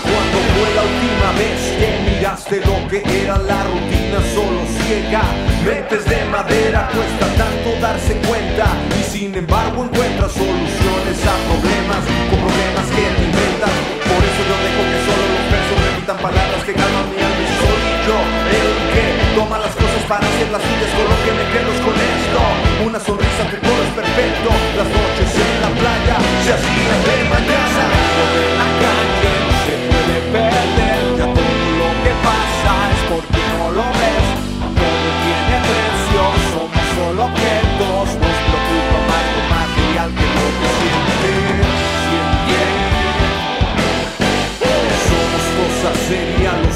Cuando fue la última vez que miraste lo que era la rutina solo ciega Mentes de madera, cuesta tanto darse cuenta Y sin embargo encuentras soluciones a problemas Con problemas que te inventas Por eso yo dejo que solo los versos repitan palabras que calman mi alma y soy yo el que toma las cosas para hacer las suyas Con lo que me quedo es con esto Una sonrisa que todo es perfecto Las noches en la playa se hacían de mañana Por la calle no se puede perder Ya todo lo que pasa es porque no lo ves Todo tiene precio, somos solo objetos Nos preocupa más lo material que lo que siente, siente somos cosas serias, los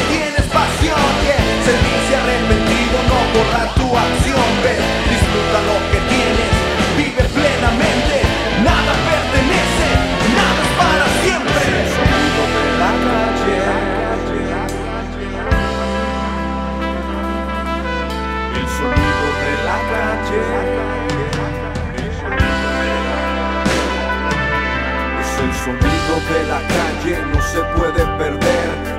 tienes pasión yeah. Sentirse arrepentido no borra tu acción Ves, disfruta lo que tienes, vive plenamente Nada pertenece, nada es para siempre Sonido de la calle El sonido de la calle Es el sonido de la calle, no se puede perder.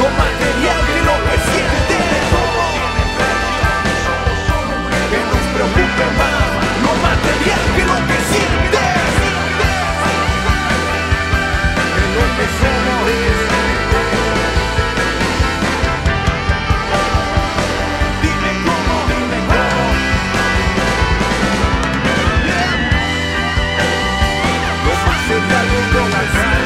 lo material que lo que siente. Que nos preocupe más lo material que lo que siente. Que lo que somos. Dime cómo, dime cómo. Lo material es lo que siente.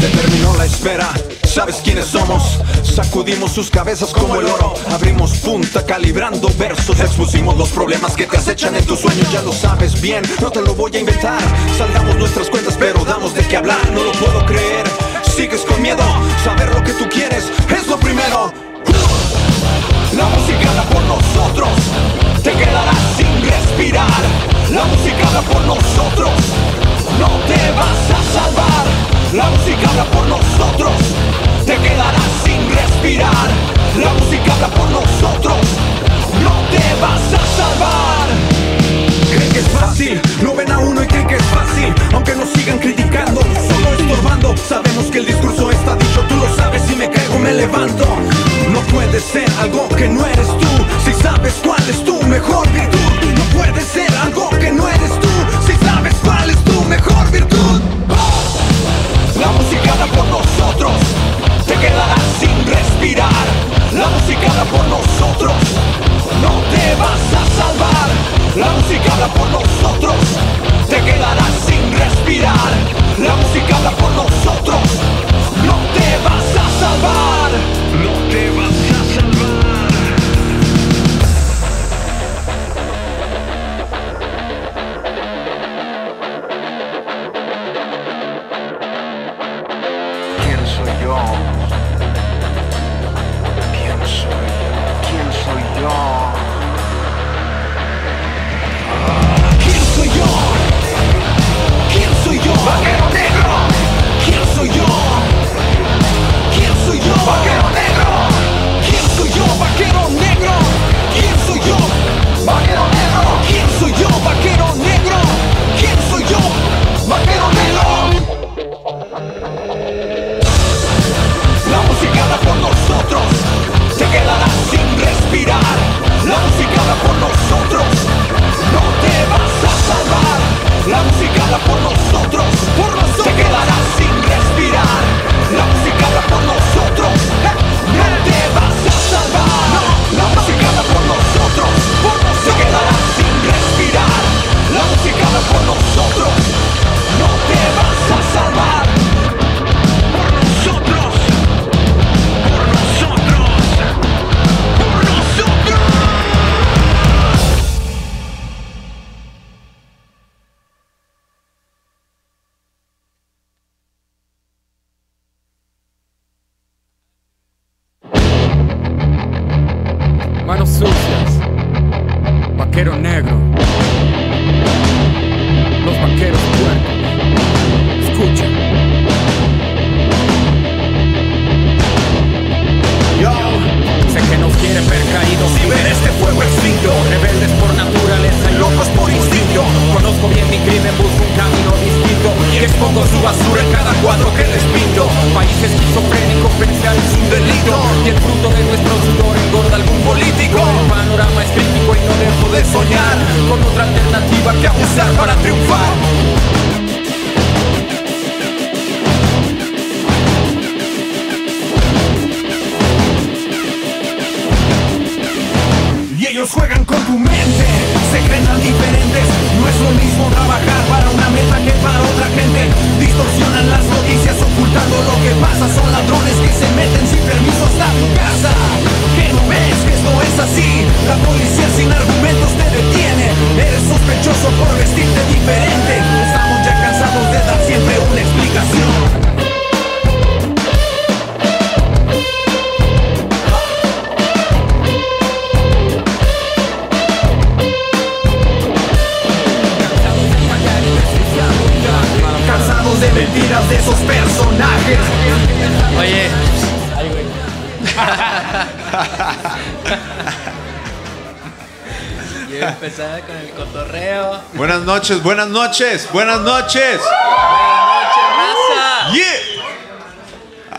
Se terminó la espera, ¿sabes quiénes somos? Sacudimos sus cabezas como el oro, abrimos punta calibrando versos, expusimos los problemas que te acechan en tus sueños, ya lo sabes bien, no te lo voy a inventar, saldamos nuestras cuentas pero damos de qué hablar, no lo puedo creer, sigues con miedo, saber lo que tú quieres es lo primero. La música habla por nosotros, te quedarás sin respirar. La música habla por nosotros, no te vas a salvar. La música habla por nosotros, te quedarás sin respirar. La música habla por nosotros, no te vas a salvar. Creen que es fácil, lo ven a uno y creen que es fácil. algo que no eres tú Si sabes cuál es tu mejor virtud Tú no puedes ser algo que no eres tú Si sabes cuál es tu mejor virtud La música da por nosotros Te quedarás sin respirar La música da por nosotros No te vas a salvar La música habla por nosotros Te quedarás sin respirar La música habla por nosotros No te vas a salvar No te vas a salvar ¿Quién soy yo? ¿Quién soy yo? ¿Quién soy yo? ¿Quién soy yo? ¿Quién soy yo? Vaquero negro. ¿Quién soy yo? ¿Quién soy yo? Vaquero negro. ¿Quién soy yo? Vaquero negro. ¿Quién soy yo? Vaquero negro. ¿Quién soy yo? Vaquero negro. ¿Quién soy yo? Vaquero negro. La música da por nosotros, te quedarás sin respirar. La música da por nosotros, no te vas a salvar. La música da por nosotros, por nosotros te quedarás sin respirar. La música da por nosotros, no te vas a salvar. La música da por nosotros, por nosotros te quedarás sin respirar. La música da por nosotros, no te vas a salvar. Por nosotros. Por nosotros, por nosotros. Manos sucias. Vaquero negro. Los vaqueros puercos. Escucha. Yo sé que nos quieren ver caídos y ver este fuego extinto. Rebeldes por naturaleza y locos por instinto. Conozco bien mi crimen, busco un camino distinto. Y expongo su basura en cada cuadro que les pinto. País esquizofrénico, pensar es un delito. Y el fruto de nuestro sudor engorda algún político. El panorama es crítico y no dejo de soñar. Con otra alternativa que abusar para triunfar. Y ellos juegan con tu mente, se creen tan diferentes. No es lo mismo trabajar para una meta que para otra gente. Distorsionan las noticias ocultando lo que pasa. Son ladrones que se meten sin permiso hasta tu casa. Que no ves que esto es así. La policía sin argumentos te detiene. Eres sospechoso por vestirte diferente. Estamos ya cansados de dar siempre una explicación. Cansados de mentiras de esos personajes. Oye, yo empezaba con el cotorreo. Buenas noches, buenas noches, buenas noches. ¡Raza! Yeah.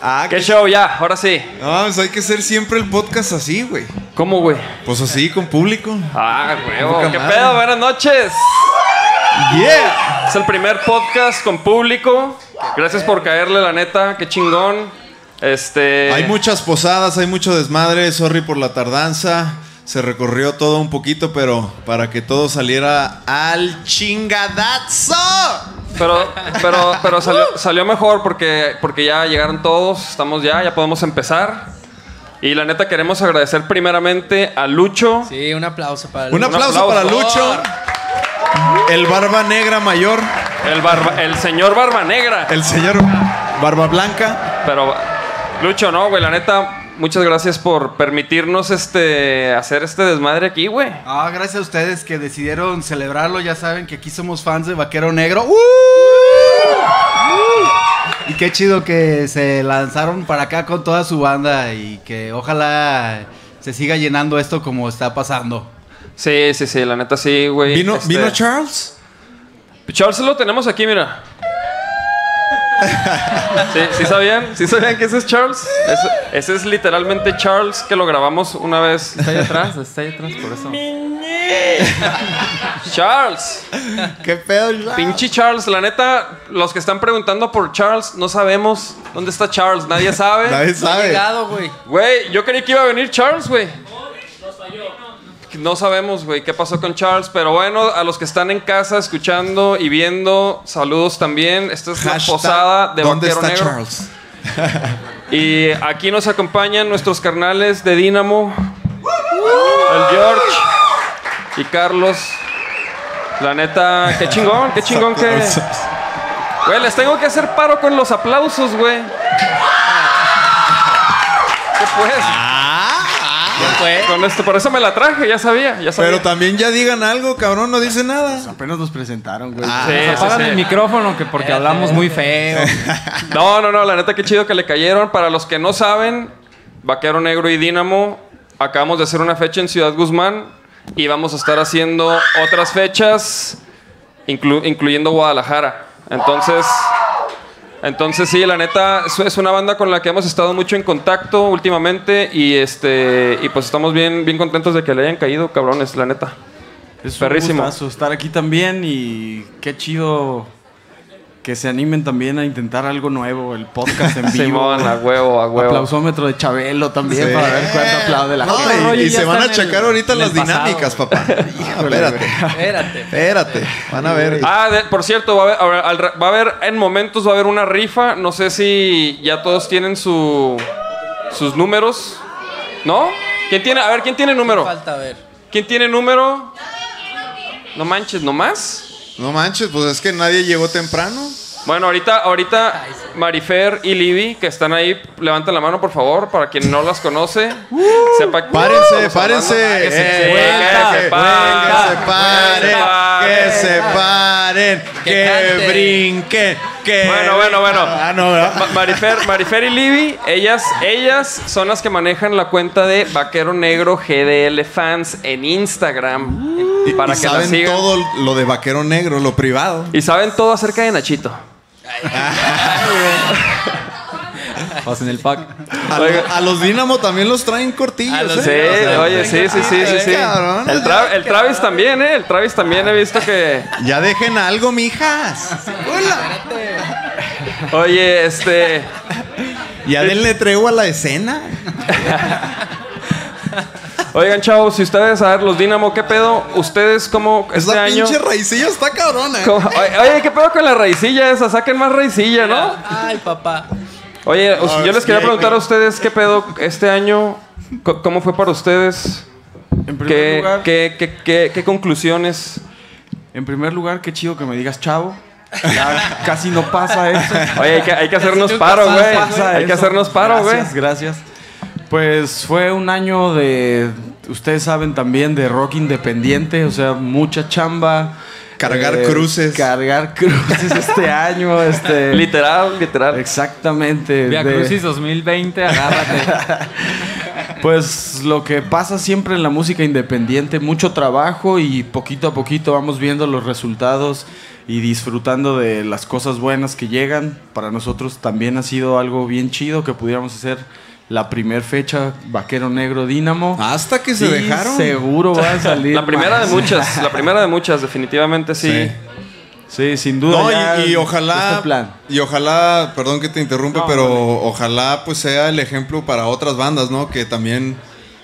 Ah, ¿Qué show ya? Ahora sí. no, pues hay que hacer siempre el podcast así, güey. ¿Cómo, güey? Pues así, con público. Ah, Poca huevo. ¿Qué madre. pedo? Buenas noches. Yeah. Es el primer podcast con público. Gracias por caerle, la neta. Qué chingón. Este. Hay muchas posadas, hay mucho desmadre. Sorry por la tardanza. Se recorrió todo un poquito, pero para que todo saliera al chingadazo. Pero, pero, pero salió, salió mejor porque, porque ya llegaron todos, estamos ya, ya podemos empezar. Y la neta queremos agradecer primeramente a Lucho. Sí, un aplauso para Un Lucho. aplauso, para aplauso. Lucho, el barba negra mayor, El, barba- el señor Barba Negra. el señor barba blanca. Pero, Lucho, no, güey, la neta, muchas gracias por permitirnos este, hacer este desmadre aquí, güey. Ah, gracias a ustedes que decidieron celebrarlo. Ya saben que aquí somos fans de Vaquero Negro. ¡Uh! Y qué chido que se lanzaron para acá con toda su banda y que ojalá se siga llenando esto como está pasando. Sí, sí, sí, la neta sí, güey. ¿Vino, Este, ¿Vino Charles? Charles lo tenemos aquí, mira. ¿Sí, sí sabían? ¿Sí sabían que ese es Charles? Ese, ese es literalmente Charles que lo grabamos una vez. Está ahí atrás, está ahí atrás, por eso. Charles. ¿Qué pedo, Charles? Pinche Charles, la neta, los que están preguntando por Charles, no sabemos dónde está Charles, nadie sabe. Nadie sabe. Llegado, güey. Güey, yo creí que iba a venir Charles, güey. No sabemos, güey, qué pasó con Charles, pero bueno, a los que están en casa escuchando y viendo, saludos también. Esta es Hashtag, la posada de ¿Dónde Vaquero está Negro. Charles? Y aquí nos acompañan nuestros carnales de Dínamo, el George y Carlos. La neta, qué chingón, qué chingón que. Güey, les tengo que hacer paro con los aplausos, güey. ¿Qué pues? Ah, Con esto, por eso me la traje, ya sabía, ya sabía. Pero también ya digan algo, cabrón, no dice nada. Apenas nos presentaron, güey. Ah, Sí, sí, Apagan sí. el micrófono que porque hablamos muy feo. No, no, no, la neta, qué chido que le cayeron. Para los que no saben, Vaquero Negro y Dínamo, acabamos de hacer una fecha en Ciudad Guzmán y vamos a estar haciendo otras fechas, inclu- incluyendo Guadalajara. Entonces, entonces sí, la neta, es- es una banda con la que hemos estado mucho en contacto últimamente y este y pues estamos bien, bien contentos de que le hayan caído, cabrones, la neta. Es un Perrísimo. gustazo estar aquí también y qué chido que se animen también a intentar algo nuevo, el podcast en vivo. Simón, a huevo, a huevo. Aplausómetro de Chabelo también Sí. para ver cuánto aplaude la No, gente. y- rollo y, ya se está van a en el- checar ahorita en las el pasado. dinámicas, papá. Hijo, espérate, Espérate. espérate. Van a ver. Ah, de- por cierto, va a, haber, ahora, al ra- va a haber- en momentos va a haber una rifa. No sé si ya todos tienen su sus números, ¿no? ¿Quién tiene? A ver, ¿quién tiene número? Falta ver. ¿Quién tiene número? No manches, ¿no más? No manches, pues es que nadie llegó temprano. Bueno, ahorita, ahorita Marifer y Libby que están ahí, levanten la mano por favor para quien no las conoce. sepa que- Uh, Párense, estamos párense. pues hablando. Ah, Eh, Que Que paren, que se- que se paren, se paren, que canten. brinquen, que. Bueno, bueno, bueno. Ah, no, ¿verdad? Ma- Marifer, Marifer y Libby, ellas, ellas son las que manejan la cuenta de Vaquero Negro GDL Fans en Instagram. Y, para y que la saben sigan. todo lo de Vaquero Negro, lo privado. Y saben todo acerca de Nachito. Pasen el pack. A, lo- a los Dinamo también los traen cortillos. A los- ¿eh? Sí, oye, sí, sí, sí, sí, sí. Cabrón, El, Tra- el Travis también, ¿eh? El Travis también he visto que... Ya dejen algo, mijas. Oye, este... Ya denle tregua a la escena. Oigan, chavos, si ustedes, a ver, los Dinamo, ¿qué pedo? ¿Ustedes cómo este Esa año...? pinche raicilla está cabrona. ¿eh? cómo- Oye, Oye, ¿qué pedo con la raicilla esa? Saquen más raicilla, ¿no? Ay, papá. Oye, os- Ah, yo les quería sí, preguntar güey. a ustedes qué pedo este año, co- cómo fue para ustedes, En primer qué, lugar, qué, qué, qué- qué conclusiones. en primer lugar, qué chido que me digas chavo. Ya casi no pasa eso. Oye, hay que, hay que hacernos nunca paro, pasa, güey. pasa Hay que eso. hacernos paro, güey. Gracias, gracias. Pues fue un año de, ustedes saben también, de rock independiente, o sea, mucha chamba. Eh, Cargar cruces. Cargar cruces este año, este. Literal, literal. Exactamente. Via de- Crucis 2020, agárrate. Pues lo que pasa siempre en la música independiente, mucho trabajo y poquito a poquito vamos viendo los resultados y disfrutando de las cosas buenas que llegan. Para nosotros también ha sido algo bien chido que pudiéramos hacer la primer fecha Vaquero Negro Dínamo. Hasta que Ah, se Y dejaron. Seguro va a salir. La primera de más. muchas, la primera de muchas, definitivamente sí. Sí. Sí, sin duda. No, ya y, y este ojalá. plan. Y ojalá, perdón que te interrumpe, pero ojalá pues sea el ejemplo para otras bandas, ¿no? Que también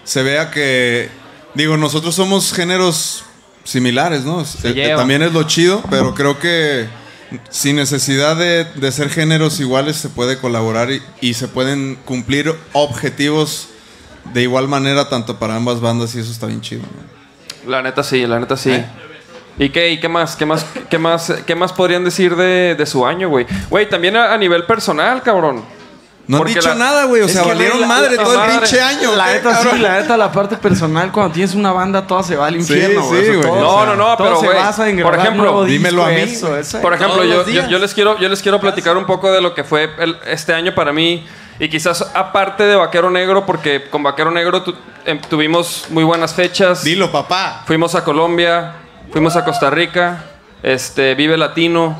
se vea que. Digo, nosotros somos géneros similares, ¿no? Eh, eh, lleva. también es lo chido, pero creo que sin necesidad de, de ser géneros iguales se puede colaborar y, y se pueden cumplir objetivos de igual manera tanto para ambas bandas y eso está bien chido. ¿no? La neta sí, la neta sí. ¿Y qué, y qué más? ¿Qué más, qué más, qué más podrían decir de, de su año, güey? Güey, también a- a nivel personal, cabrón. No han Porque dicho la- nada, güey. O Es sea, que, güey, valieron la- madre la todo el madre- pinche año. La ¿qué, neta sí, cabrón? la neta, la parte personal, cuando tienes una banda, toda se va al infierno. sí, o sea, güey. todo- No, no, no, todo pero, se güey, basa en por grabar ejemplo, nuevo disco, dímelo a mí. eso, eso. Por ejemplo, Todos yo, los yo, días. yo les quiero, yo les quiero platicar un poco de lo que fue el- este año para mí. Y quizás aparte de Vaquero Negro, porque con Vaquero Negro tu- em, tuvimos muy buenas fechas. Dilo, papá. Fuimos a Colombia, fuimos a Costa Rica, este, Vive Latino.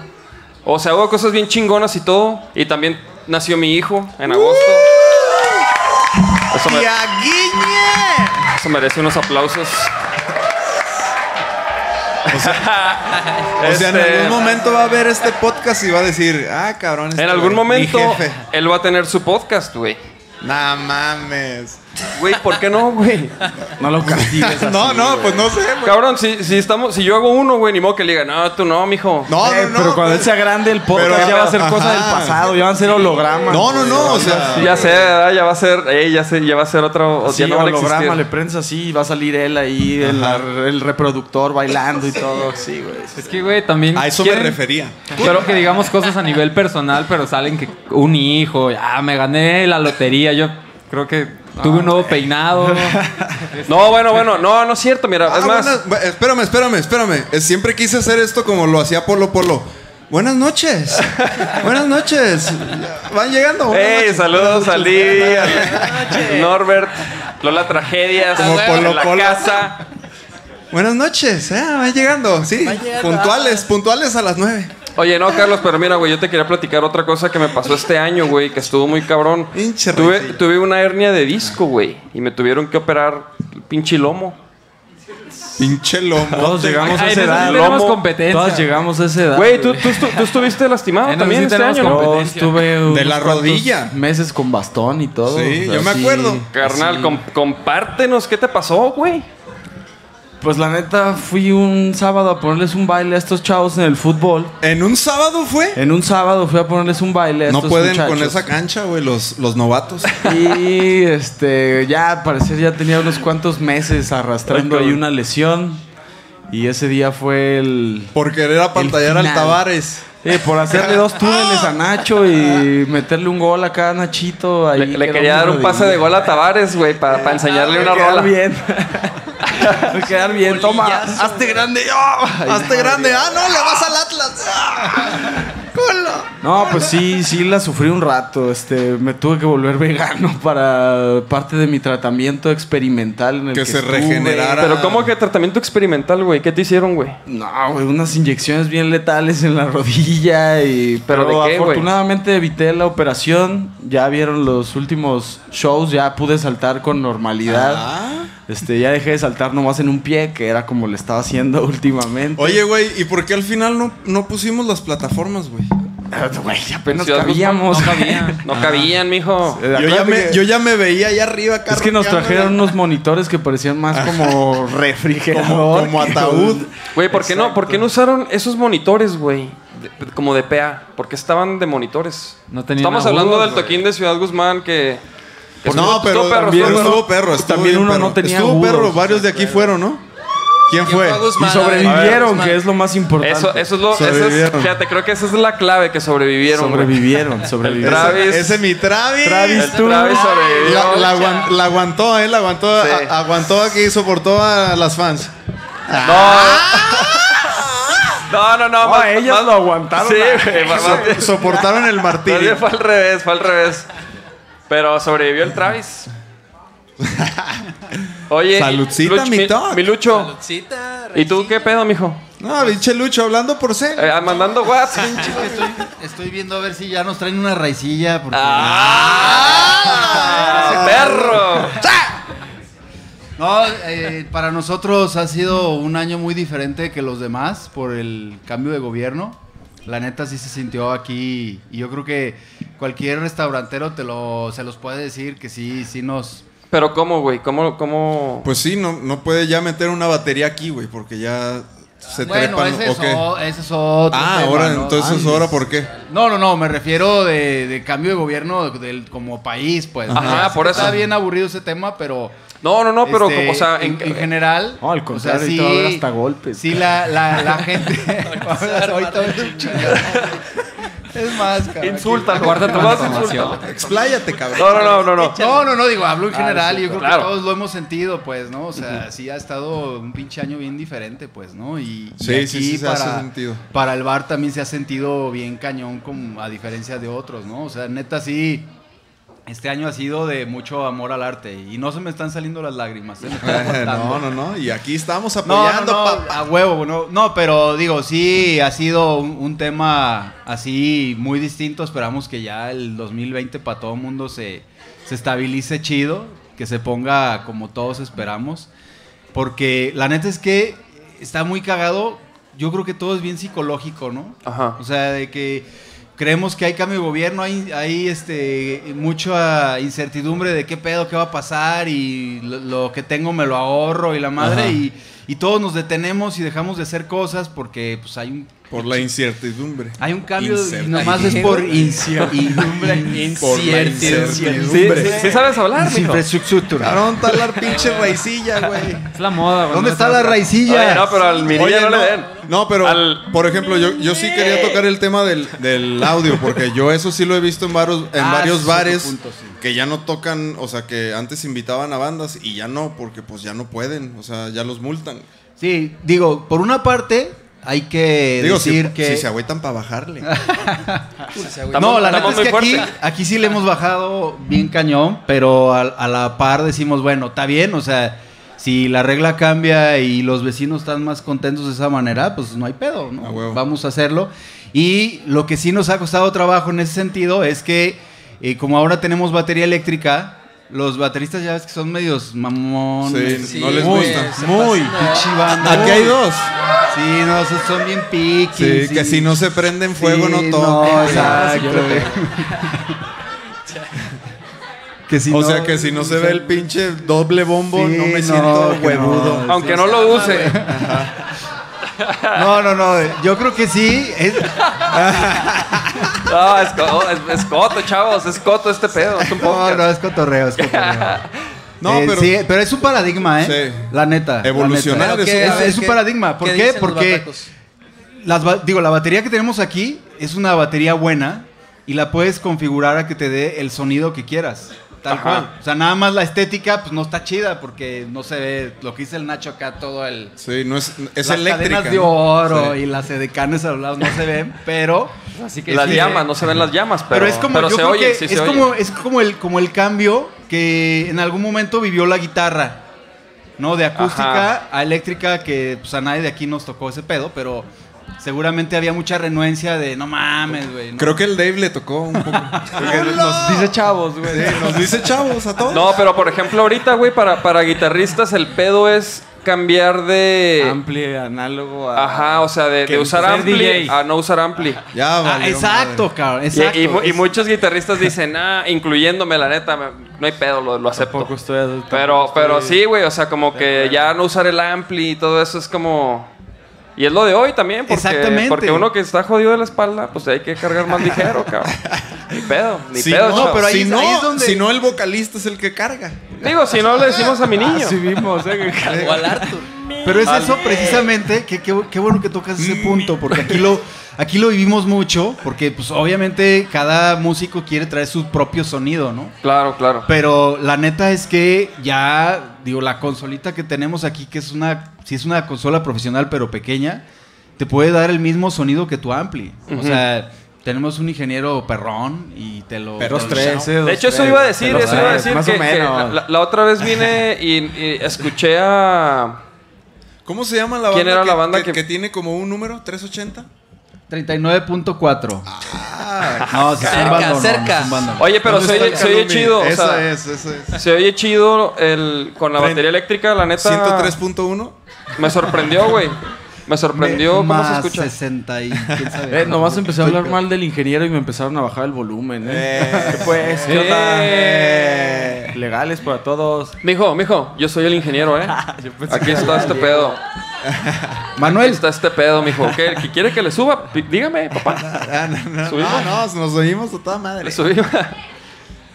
O sea, hubo cosas bien chingonas y todo. Y también nació mi hijo en agosto. Eso, me- eso merece unos aplausos. O sea, en Este- algún momento va a ver este podcast y va a decir, ah, cabrón. este En algún güey, momento Mi jefe. él va a tener su podcast, güey. Nah mames. Güey, ¿por qué no, güey? No lo castigues. así, no, no, pues no sé, güey. Cabrón, si, si estamos, si yo hago uno, güey, ni modo que le diga, no, tú no, mijo. No, Eh, no, no. pero cuando él pues- sea grande, el podcast Pero- ya va a ser cosa del ajá. pasado, ya van a ser hologramas. No, no, güey. no, o sea. Ya sé, ¿verdad? ya va a ser, eh, ya sé, ya va a ser otro, Sí, ya no van a existir. holograma, le prensa así y va a salir él ahí, el, el reproductor bailando y todo. Sí, güey. Es que, güey, también. A eso quieren- me refería. Pero que digamos cosas a nivel personal, pero salen que un hijo, ah, me gané la lotería, yo creo que tuve Ah, un nuevo peinado. No, bueno, bueno, no, no es cierto, mira, Ah, es más, buenas- bu- espérame, espérame, espérame. Eh, Siempre quise hacer esto como lo hacía Polo Polo. Buenas noches. buenas noches. Van llegando. buenas hey, noches. saludos a Lidia, al Norbert, Lola Tragedias, Como Polo la Polo. casa. Buenas noches. Ah, van llegando. Sí, puntuales, puntuales a las nueve. Oye, no, Carlos, pero mira, güey, yo te quería platicar otra cosa que me pasó este año, güey, que estuvo muy cabrón. Pinche Tuve, rencilla. tuve una hernia de disco, güey, y me tuvieron que operar el pinche lomo. Pinche lomo. Todos llegamos a Ay, esa en eso sí edad. tenemos lomo. competencia. Todos llegamos a esa edad. Güey, tú, tú, estu- tú estuviste lastimado Eh, En eso también sí este tenemos año, ¿no? competencia. Yo estuve unos la cuantos rodilla. meses con bastón y todo. Sí, o sea, yo me acuerdo. Carnal, así. com- compártenos, ¿qué te pasó, güey? Pues la neta, fui un sábado a ponerles un baile a estos chavos en el fútbol. ¿En un sábado fue? En un sábado fui a ponerles un baile a No estos pueden muchachos. con esa cancha, güey, los, los novatos. Y este, ya al parecer ya tenía unos cuantos meses arrastrando Ay, ahí cabrón. una lesión. Y ese día fue el. Por querer apantallar al final. Tavares. eh, por hacerle dos túneles a Nacho y meterle un gol acá a Nachito. Ahí Le, le quería dar un pase de gol a Tavares, güey, para enseñarle una quedar rola. bien. Me quedar bien. Toma, hazte grande. ¡Oh! Hazte grande. Ah, no, le vas al Atlas. Ah, culo. No, pues sí, sí la sufrí un rato. Este, me tuve que volver vegano para parte de mi tratamiento experimental en el que, Que se estuve. regenerara. Uh, Pero ¿cómo que tratamiento experimental, güey? ¿Qué te hicieron, güey? No, güey, unas inyecciones bien letales en la rodilla y ¿Pero pero, de qué, güey? afortunadamente evité la operación. Ya vieron los últimos shows, ya pude saltar con normalidad. Ah. Este, ya dejé de saltar nomás en un pie, que era como le estaba haciendo últimamente. Oye, güey, ¿y por qué al final no, no pusimos las plataformas, güey? Güey, apenas Ciudad cabíamos. No cabía. pues, No cabían, mijo. Eh, Yo ya, acuérdate me, que- yo ya me veía allá arriba, Es que nos carroqueando, trajeron güey. unos monitores que parecían más como refrigerador. Como- como que- ataúd. Güey, ¿por qué no? ¿Por qué no usaron esos monitores, güey? De- como de PA. ¿Por qué estaban de monitores? No tenían Estamos agudos, hablando del güey. toquín de Ciudad Guzmán que... que No, estuvo- pero estuvo perro, también estuvo estuvo perro. perro. estuvo También bien uno perro. no tenía Estuvo agudos, perro, varios de aquí fueron, ¿no? ¿Quién fue? Y sobrevivieron, que es lo más importante. Eso, eso es lo... eso es- Sobrevivieron. fíjate, creo que esa es la clave, que sobrevivieron, güey. sobrevivieron, El sobrevivieron. Travis. Ese mi Travis. El Travis sobrevivió. La, la aguan- la aguantó, él aguantó, Sí. a- aguantó aquí, soportó a las fans. Ah. No, no, no. No, más- ellas más- lo aguantaron. Sí, Ah, güey. más- más- So- soportaron el Más martirio. bien fue al revés, fue al revés. Pero sobrevivió el Travis. Oye, Saludcita, eh, mi toc. mi Lucho. ¿Y tú qué pedo, mijo? No, pinche Lucho, hablando por ser. Eh, ah, mandando WhatsApp. Estoy, estoy viendo a ver si ya nos traen una raicilla. Porque... Ah. ¡Ah! ¡Perro! No, eh, para nosotros ha sido un año muy diferente que los demás por el cambio de gobierno. La neta sí se sintió aquí y yo creo que cualquier restaurantero te lo, se los puede decir que sí, sí nos... Pero ¿cómo, güey? ¿Cómo, cómo? Pues sí, no, no puede ya meter una batería aquí, güey, porque ya se Bueno, trepan. ese es, ¿o qué? o- ese es otro Ah, tema, ahora, ¿no? entonces, ¿ahora por qué? No, no, no, me refiero de, de cambio de gobierno del, como país, pues. Ajá, O sea, sí por Está eso. bien aburrido ese tema, pero... no, no, no, pero, Este, o sea, en, en- en general. No, al o contrario, ahorita va a haber hasta golpes. Sí, la, la, la gente. Ahorita va a haber chingados. Es más, cabrón. insulta, Cuarta tú vas a transformación. insultar. Expláyate, cabrón. No, no, no, no, no. No, no, no, digo, hablo en general y yo creo claro. que todos lo hemos sentido, pues, ¿no? O sea, sí ha estado un pinche año bien diferente, pues, ¿no? Y, y Sí, sí, aquí sí, se hace sentido. Para el bar también se ha sentido bien cañón, como a diferencia de otros, ¿no? O sea, neta, sí. Este año ha sido de mucho amor al arte y no se me están saliendo las lágrimas. ¿eh? Me están aguantando. no, no, no. Y aquí estamos No, apoyando, no, no, papá. a huevo, no, no, pero digo, sí, ha sido un, un tema así muy distinto. Esperamos que ya el 2020 para todo el mundo se, se estabilice chido, que se ponga como todos esperamos. Porque la neta es que está muy cagado. Yo creo que todo es bien psicológico, ¿no? Ajá. O sea, de que creemos que hay cambio de gobierno, hay, hay este, mucha incertidumbre de qué pedo, qué va a pasar y lo, lo que tengo me lo ahorro y la madre. Y, y todos nos detenemos y dejamos de hacer cosas porque pues hay un, Por la incertidumbre. hay un cambio y Incertidumbre. nomás es por incertidumbre. Por la ¿Sí, incertidumbre. sí sabes hablar, mijo? pues, Infraestructura. Cabrón, está la pinche raicilla, güey. Es la moda, güey. ¿Dónde no está sé. la raicilla? Oye, no, pero al Mirilla Oye, no, le den. no, pero Al- por ejemplo, yo, yo sí quería tocar el tema del, del audio, porque yo eso sí lo he visto en varios, en Ah, ese varios es otro bares punto, sí. que ya no tocan, o sea, que antes invitaban a bandas y ya no, porque pues ya no pueden, o sea, ya los multan. Sí, digo, por una parte hay que Digo, decir si, que... Ah, si se agüitan para bajarle. Estamos- no, la neta estamos es que muy aquí, fuerte. aquí sí le hemos bajado bien cañón, pero a, a la par decimos, bueno, está bien, o sea, si la regla cambia y los vecinos están más contentos de esa manera, pues no hay pedo, ¿no? A huevo. Vamos a hacerlo. Y lo que sí nos ha costado trabajo en ese sentido es que, eh, como ahora tenemos batería eléctrica, los bateristas ya ves que son medios mamones. Sí, no les gusta. Muy pinche banda. Aquí hay dos. Sí, no, esos son bien piquis. Sí, que y- si no se prende en fuego Sí, no toca. exacto. que si o sea, que si no se ve el pinche doble bombo, Sí, no me no, siento que no. huevudo. Aunque no lo use. No, no, no. Yo creo que sí. es- No, es, co- es- es coto, chavos. Es coto este pedo. Es un No, podcast. no, es cotorreo, es cotorreo. No, Eh, pero- sí, pero es un paradigma, ¿eh? Sí. La neta. la Evolucionar neta. es es, un- es un paradigma. ¿Por qué? Porque las ba- digo, la batería que tenemos aquí es una batería buena y la puedes configurar a que te dé el sonido que quieras. Tal Ajá. cual. O sea, nada más la estética, pues no está chida porque no se ve lo que dice el Nacho acá, todo el. Sí, no es, es las eléctrica. cadenas de ¿no? oro Sí. y las edecanes a los lados no se ven, pero. Así que Las sí, llamas, no se ven las llamas, pero, Pero es como, pero yo se creo oye, que sí es, se oye. como, es como el, como el cambio que en algún momento vivió la guitarra, ¿no? De acústica a eléctrica, que pues a nadie de aquí nos tocó ese pedo, pero seguramente había mucha renuencia de no mames, güey. ¿no?". Creo que el Dave le tocó un poco. Porque nos, Dice chavos, güey. dice, nos dice chavos a todos. No, pero por ejemplo, ahorita, güey, para, para guitarristas el pedo es cambiar de... Amplio, análogo a... Ajá, o sea, de, de Que usar ser ampli DJ. a no usar ampli. Ya, Ah, valió exacto, madre. cabrón, Y- exacto. Y, mu- y Es- muchos guitarristas dicen, ah, incluyéndome, la neta, me- no hay pedo, lo, lo acepto. Tampoco estoy adulto. Pero, pero sí, güey, o sea, como que ya no usar el ampli y todo eso es como... Y es lo de hoy también, porque, Exactamente. porque uno que está jodido de la espalda, pues hay que cargar más ligero, cabrón. Ni pedo, ni Si pedo, no, chavos. pero ahí si es- no, ahí es donde- si no, el vocalista es el que carga. Digo, si no le decimos a mi niño. Ah, Sí vimos, eh, que- O al Arthur. Pero es eso precisamente, que que- qué bueno que tocas ese punto, porque aquí lo, aquí lo vivimos mucho, porque pues obviamente cada músico quiere traer su propio sonido, ¿no? Claro, claro. Pero la neta es que ya, digo, la consolita que tenemos aquí, que es una, si es una consola profesional pero pequeña, te puede dar el mismo sonido que tu ampli. O sea, tenemos un ingeniero perrón y te lo... Dos, te lo- tres, eh, dos, De hecho, eso tres. iba a decir, Dos, eso iba a tres, decir Más que, o que menos. la, la otra vez vine y, y escuché a... ¿Cómo se llama la banda? ¿Quién era que, la banda que, que- que tiene como un número? ¿380? 39.4. no, si es un Ah, cerca, bandón, no, cerca. es un bandón. Oye, pero se oye, se oye chido, o Esa sea, es, esa es. se oye chido el, con la Tren- batería eléctrica, la neta. 103.1. Me sorprendió, güey. Me sorprendió cómo se Más escucha. 60 y quién sabe. Eh, nomás empecé a hablar mal del ingeniero y me empezaron a bajar el volumen, eh. ¿Qué pues, ¿Qué onda? Eh. Legales para todos. Mijo, mijo, yo soy el ingeniero, ¿eh? Aquí está este pedo. Aquí Manuel, está este pedo, mijo. ¿Qué, que quiere que le suba? P- Dígame, papá. Ah, no, no, Subimos. no, no, nos oímos a toda Le madre. subí.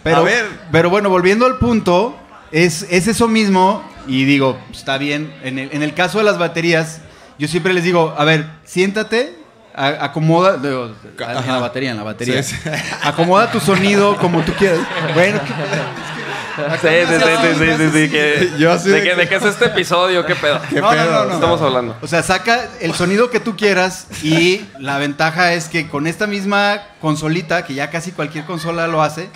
Pero, A ver. pero bueno, volviendo al punto, es, es eso mismo, y digo, está bien, en el, en el caso de las baterías, yo siempre les digo, a ver, siéntate, a- acomoda, digo, en la Ajá. batería, en la batería, Sí, sí. acomoda tu sonido como tú quieras. Bueno, ¿qué pedo? Sí, sí, sí, sí, sí, sí, sí, que- Yo así de de que, que- de que es este episodio, qué pedo. ¿Qué No, no, pedo? no, no. Estamos hablando. O sea, saca el sonido que tú quieras y la ventaja es que con esta misma consolita, que ya casi cualquier consola lo hace,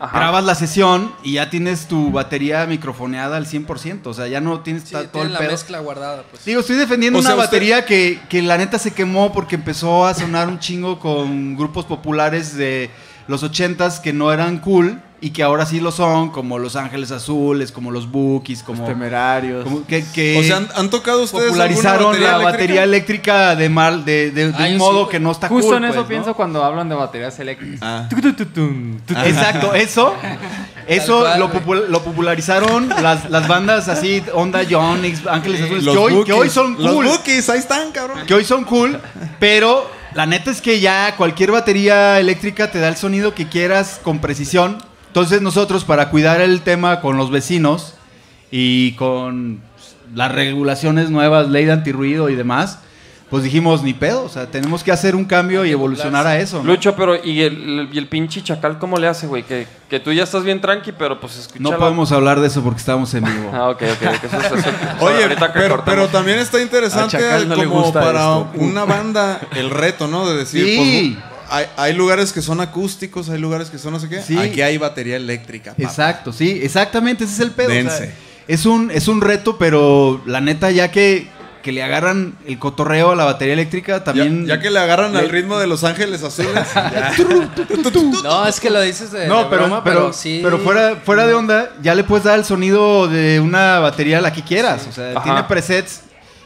Ajá. grabas la sesión y ya tienes tu batería microfoneada al 100%. O sea, ya no tienes ta- Sí, todo tiene el la pedo. mezcla guardada, pues. Digo, estoy defendiendo O una sea, usted- batería que, que la neta se quemó porque empezó a sonar un chingo con grupos populares de los 80s que no eran cool y que ahora sí lo son, como Los Ángeles Azules, como los Bookies, como. Temerarios. como que, que O sea, ¿han, han tocado ustedes alguna popularizaron la eléctrica? batería eléctrica de mal, de, de- de Ah, un yo modo sí. que no está Justo cool, en eso pues, ¿no? pienso cuando hablan de baterías eléctricas. Ah. Tucututum, tucutum. Exacto, eso. Eso cual, lo, güey. popul- lo popularizaron las, las bandas así, Onda Yonix, Ángeles Azules, Los que hoy, que Bookies, hoy son cool. Los bookies, ahí están, cabrón. Que hoy son cool, pero la neta es que ya cualquier batería eléctrica te da el sonido que quieras con precisión. Entonces nosotros para cuidar el tema con los vecinos y con las regulaciones nuevas, ley de antirruido y demás, pues dijimos ni pedo, o sea, tenemos que hacer un cambio y evolucionar a eso. ¿no? Lucho, pero ¿y el, y el pinche chacal cómo le hace, güey? Que, que tú ya estás bien tranqui, pero pues escucha. No la- podemos hablar de eso porque estamos en vivo. Ah, ok, ok. que eso es- eso- Oye, ahorita que pero, cortemos. pero también está interesante A Chacal no le como gusta para esto. una banda el reto, ¿no? De decir, Sí. pues, hay, hay lugares que son acústicos, hay lugares que son no sé qué. Sí. Aquí hay batería eléctrica. papá. Exacto, sí, exactamente, ese es el pedo. o sea, Dense. es, un, es un reto, pero la neta, ya que, que le agarran el cotorreo a la batería eléctrica, Ya, también. ya que le agarran al ritmo de Los Ángeles Azules. No, es que lo dices de, de No, pero, broma, pero, pero, pero, sí. fuera, fuera de onda, ya le puedes dar el sonido de una batería la que quieras. O sea, Ajá. tiene presets.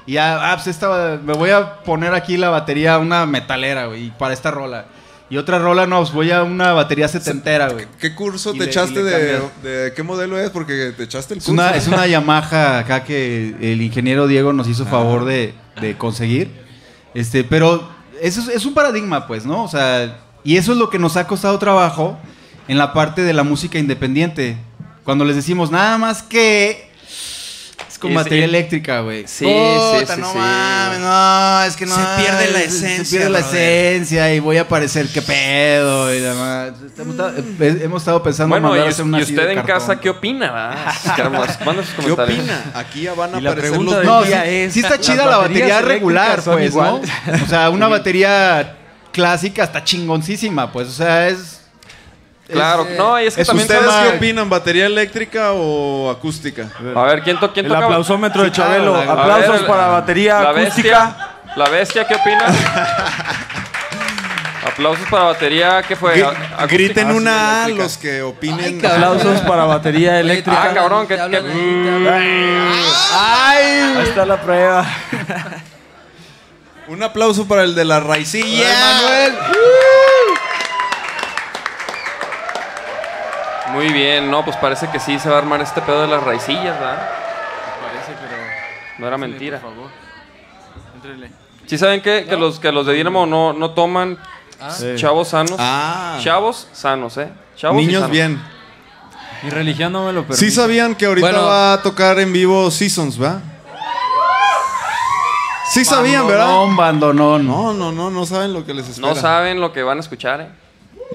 Y ya, ah, pues esta, me voy a poner aquí la batería, una metalera, güey, para esta rola. Y otra rola, no, pues voy a una batería setentera, güey. ¿Qué curso Y te le- echaste y le de, cambiaron. de qué modelo es? Porque te echaste el Es curso. una, es una Yamaha acá que el ingeniero Diego nos hizo favor de, de conseguir. Este, pero eso es, es un paradigma, pues, ¿no? O sea, y eso es lo que nos ha costado trabajo en la parte de la música independiente. Cuando les decimos nada más que es con Y- batería y- eléctrica, güey. Sí, Puta, sí, sí, no sí. mames, no, es que no. Se pierde la se- Se esencia, pierde la brother. esencia y voy a parecer qué pedo y demás. Hemos, estado- hemos estado pensando en Bueno, y, mandar a us- hacer una y así de usted en cartón. casa, ¿qué opina? va? Carlos, Manda sus ¿Qué comentarios. opina? Aquí ya van a Y la aparecer pregunta los... del No, sí, día es, sí está ¿las chida la baterías batería regular, eléctricas son pues, ¿no? igual? O sea, una batería clásica está chingoncísima, pues, o sea, es... Claro, Es, eh, no, y es que es también ¿Ustedes sabes qué opinan? ¿Batería eléctrica o acústica? que- A ver, ¿quién, to- quién El toca? aplausómetro de Chabelo. claro, la- Aplausos A ver, para la- batería la acústica. Bestia, la bestia, ¿qué opina? Aplausos para batería, ¿qué fue? Gri- A- acústica. griten Ah, sí, una a eléctrica. los que opinen. Ay, cabrón. Aplausos para batería Ah, eléctrica. cabrón, que- Te hablan que- ahí, te hablan ahí. Ahí está la prueba. Un aplauso para el de la raicilla. Muy bien, no, pues parece que sí se va a armar este pedo de las raicillas, ¿verdad? Parece, pero. No era mentira. ¿Sí saben qué? Que los, que los de Dinamo no, no toman chavos sanos. Ah. Chavos sanos, ¿eh? Chavos y Niños sanos. bien. Mi religión no me lo permite. Sí sabían que ahorita Bueno. va a tocar en vivo Seasons, ¿va? Sí sabían, ¿verdad? Bandonón, bandonón. No, no, no, no saben lo que les espera. No saben lo que van a escuchar, ¿eh?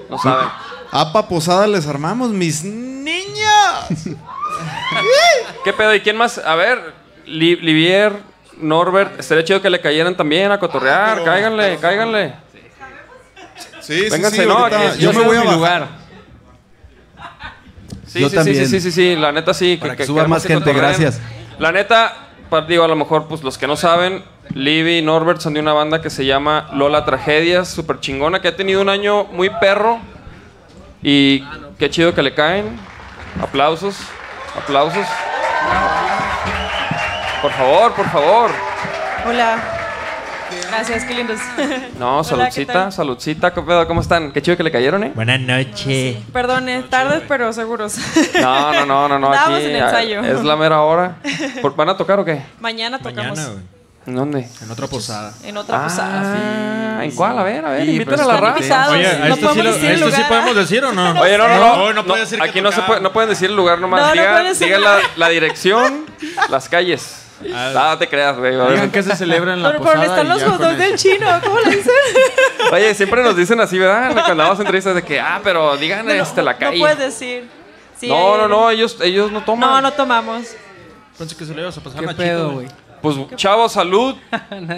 No saben. Apa Posada les armamos, mis niñas. ¿Qué pedo? ¿Y quién más? A ver, Li- Livier, Norbert, estaría chido que le cayeran también a cotorrear. Ah, pero- cáiganle, pero- cáiganle. Sí, Vénganse, sí, sí. no, ahorita aquí es- yo me voy a mi bajar. lugar. Sí, Yo sí, también. sí, sí, sí, sí, la neta sí. Para que suba queremos más gente, cotorreen. gracias. La neta, pa- digo, a lo mejor, pues los que no saben, Libby y Norbert son de una banda que se llama Lola Tragedias, súper chingona, que ha tenido un año muy perro. Y qué chido que le caen. Aplausos, aplausos. Por favor, por favor. Hola. Gracias, qué lindos. No, Hola, ¿qué saludcita, tal? saludcita, ¿qué pedo? ¿Cómo están? Qué chido que le cayeron, ¿eh? Buenas noches. Perdón, eh, tardes, pero seguros. No, no, no, no, no. Estábamos aquí, en ah, ensayo. Es la mera hora. ¿Por- ¿Van a tocar o qué? Mañana tocamos Mañana, güey. ¿En dónde? En otra posada. en otra posada. Ah, ¿En cuál? A ver, a ver, invitan a la Están raza. invitados. Oye, no ¿a esto, sí, podemos lo- decir a el esto sí lugar. podemos decir o no? Oye, no, no, no. No, no puede decir que Aquí no, se tocaba. puede, no pueden decir el lugar nomás. No, no digan pueden decir digan la, nada. la dirección, las calles. Ah, te creas, güey. Digan obviamente. que se celebra en la Pero por posada. donde están y los ya hot con dogs eso. del chino, ¿cómo le dicen? Este Oye, siempre nos dicen así, ¿verdad? Cuando damos entrevistas de que, ah, pero digan este, la calle. No puedes decir. Sí, no, ahí- no, no, ellos, ellos no toman. No, no tomamos. Pensé que se lo ibas a pasar ¿Qué a Nachito, pedo, güey. güey? Pues chavos, salud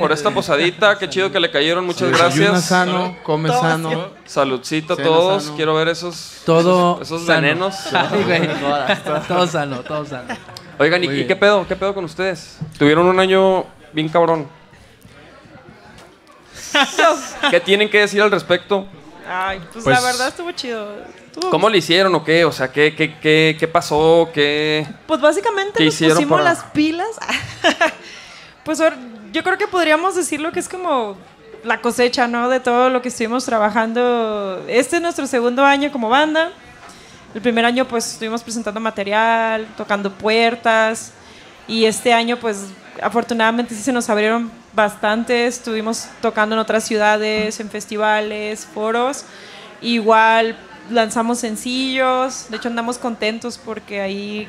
por esta posadita. Qué chido que le cayeron. Muchas Desayuna gracias. sano, come Todo sano. Saludcita a Cena todos. sano. Quiero ver esos, Todo. esos sano. venenos. Ay, güey. Todo sano, todo sano. Oigan, ¿y, Muy y bien. qué pedo? ¿Qué pedo con ustedes? Tuvieron un año bien cabrón. ¿Qué tienen que decir al respecto? Ay, pues, Pues- la verdad estuvo chido. Estuvo- ¿Cómo le hicieron o qué? O sea, ¿qué, qué, qué, qué pasó? ¿Qué? Pues básicamente ¿Qué nos hicieron pusimos para- las pilas. pues ahora, yo creo que podríamos decirlo que es como la cosecha, ¿no? De todo lo que estuvimos trabajando. Este es nuestro segundo año como banda. El primer año pues estuvimos presentando material, tocando puertas. Y este año pues afortunadamente sí se nos abrieron bastante. Estuvimos tocando en otras ciudades, en festivales, foros. Igual lanzamos sencillos. De hecho andamos contentos porque ahí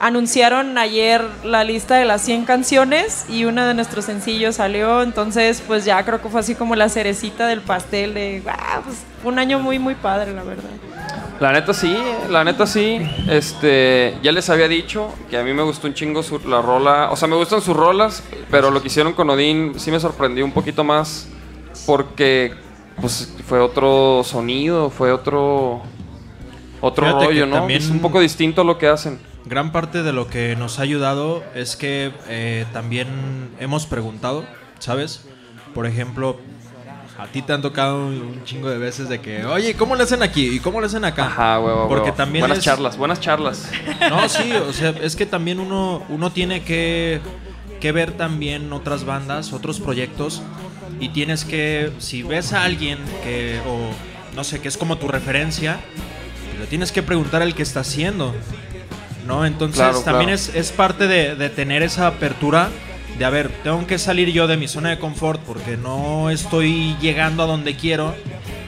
anunciaron ayer la lista de las 100 canciones y uno de nuestros sencillos salió. Entonces pues ya creo que fue así como la cerecita del pastel de... "Guau", pues, fue un año muy muy padre la verdad. La neta sí, eh, la neta sí. Este, ya les había dicho que a mí me gustó un chingo su- la rola. O sea, me gustan sus rolas, pero lo que hicieron con Odín sí me sorprendió un poquito más porque pues fue otro sonido, fue otro otro Fíjate que rollo, ¿no? también- Es un poco distinto a lo que hacen. Gran parte de lo que nos ha ayudado es que eh, también hemos preguntado, ¿sabes? Por ejemplo, a ti te han tocado un chingo de veces de que, oye, ¿cómo le hacen aquí? ¿Y cómo le hacen acá? Ajá, huevo, Porque huevo. también buenas es- charlas, buenas charlas. No, sí, o sea, es que también uno, uno tiene que, que ver también otras bandas, otros proyectos, y tienes que, si ves a alguien que, o no sé, que es como tu referencia, le tienes que preguntar al que está haciendo, ¿no? Entonces Claro, también claro. Es, es parte de, de tener esa apertura de, a ver, tengo que salir yo de mi zona de confort porque no estoy llegando a donde quiero.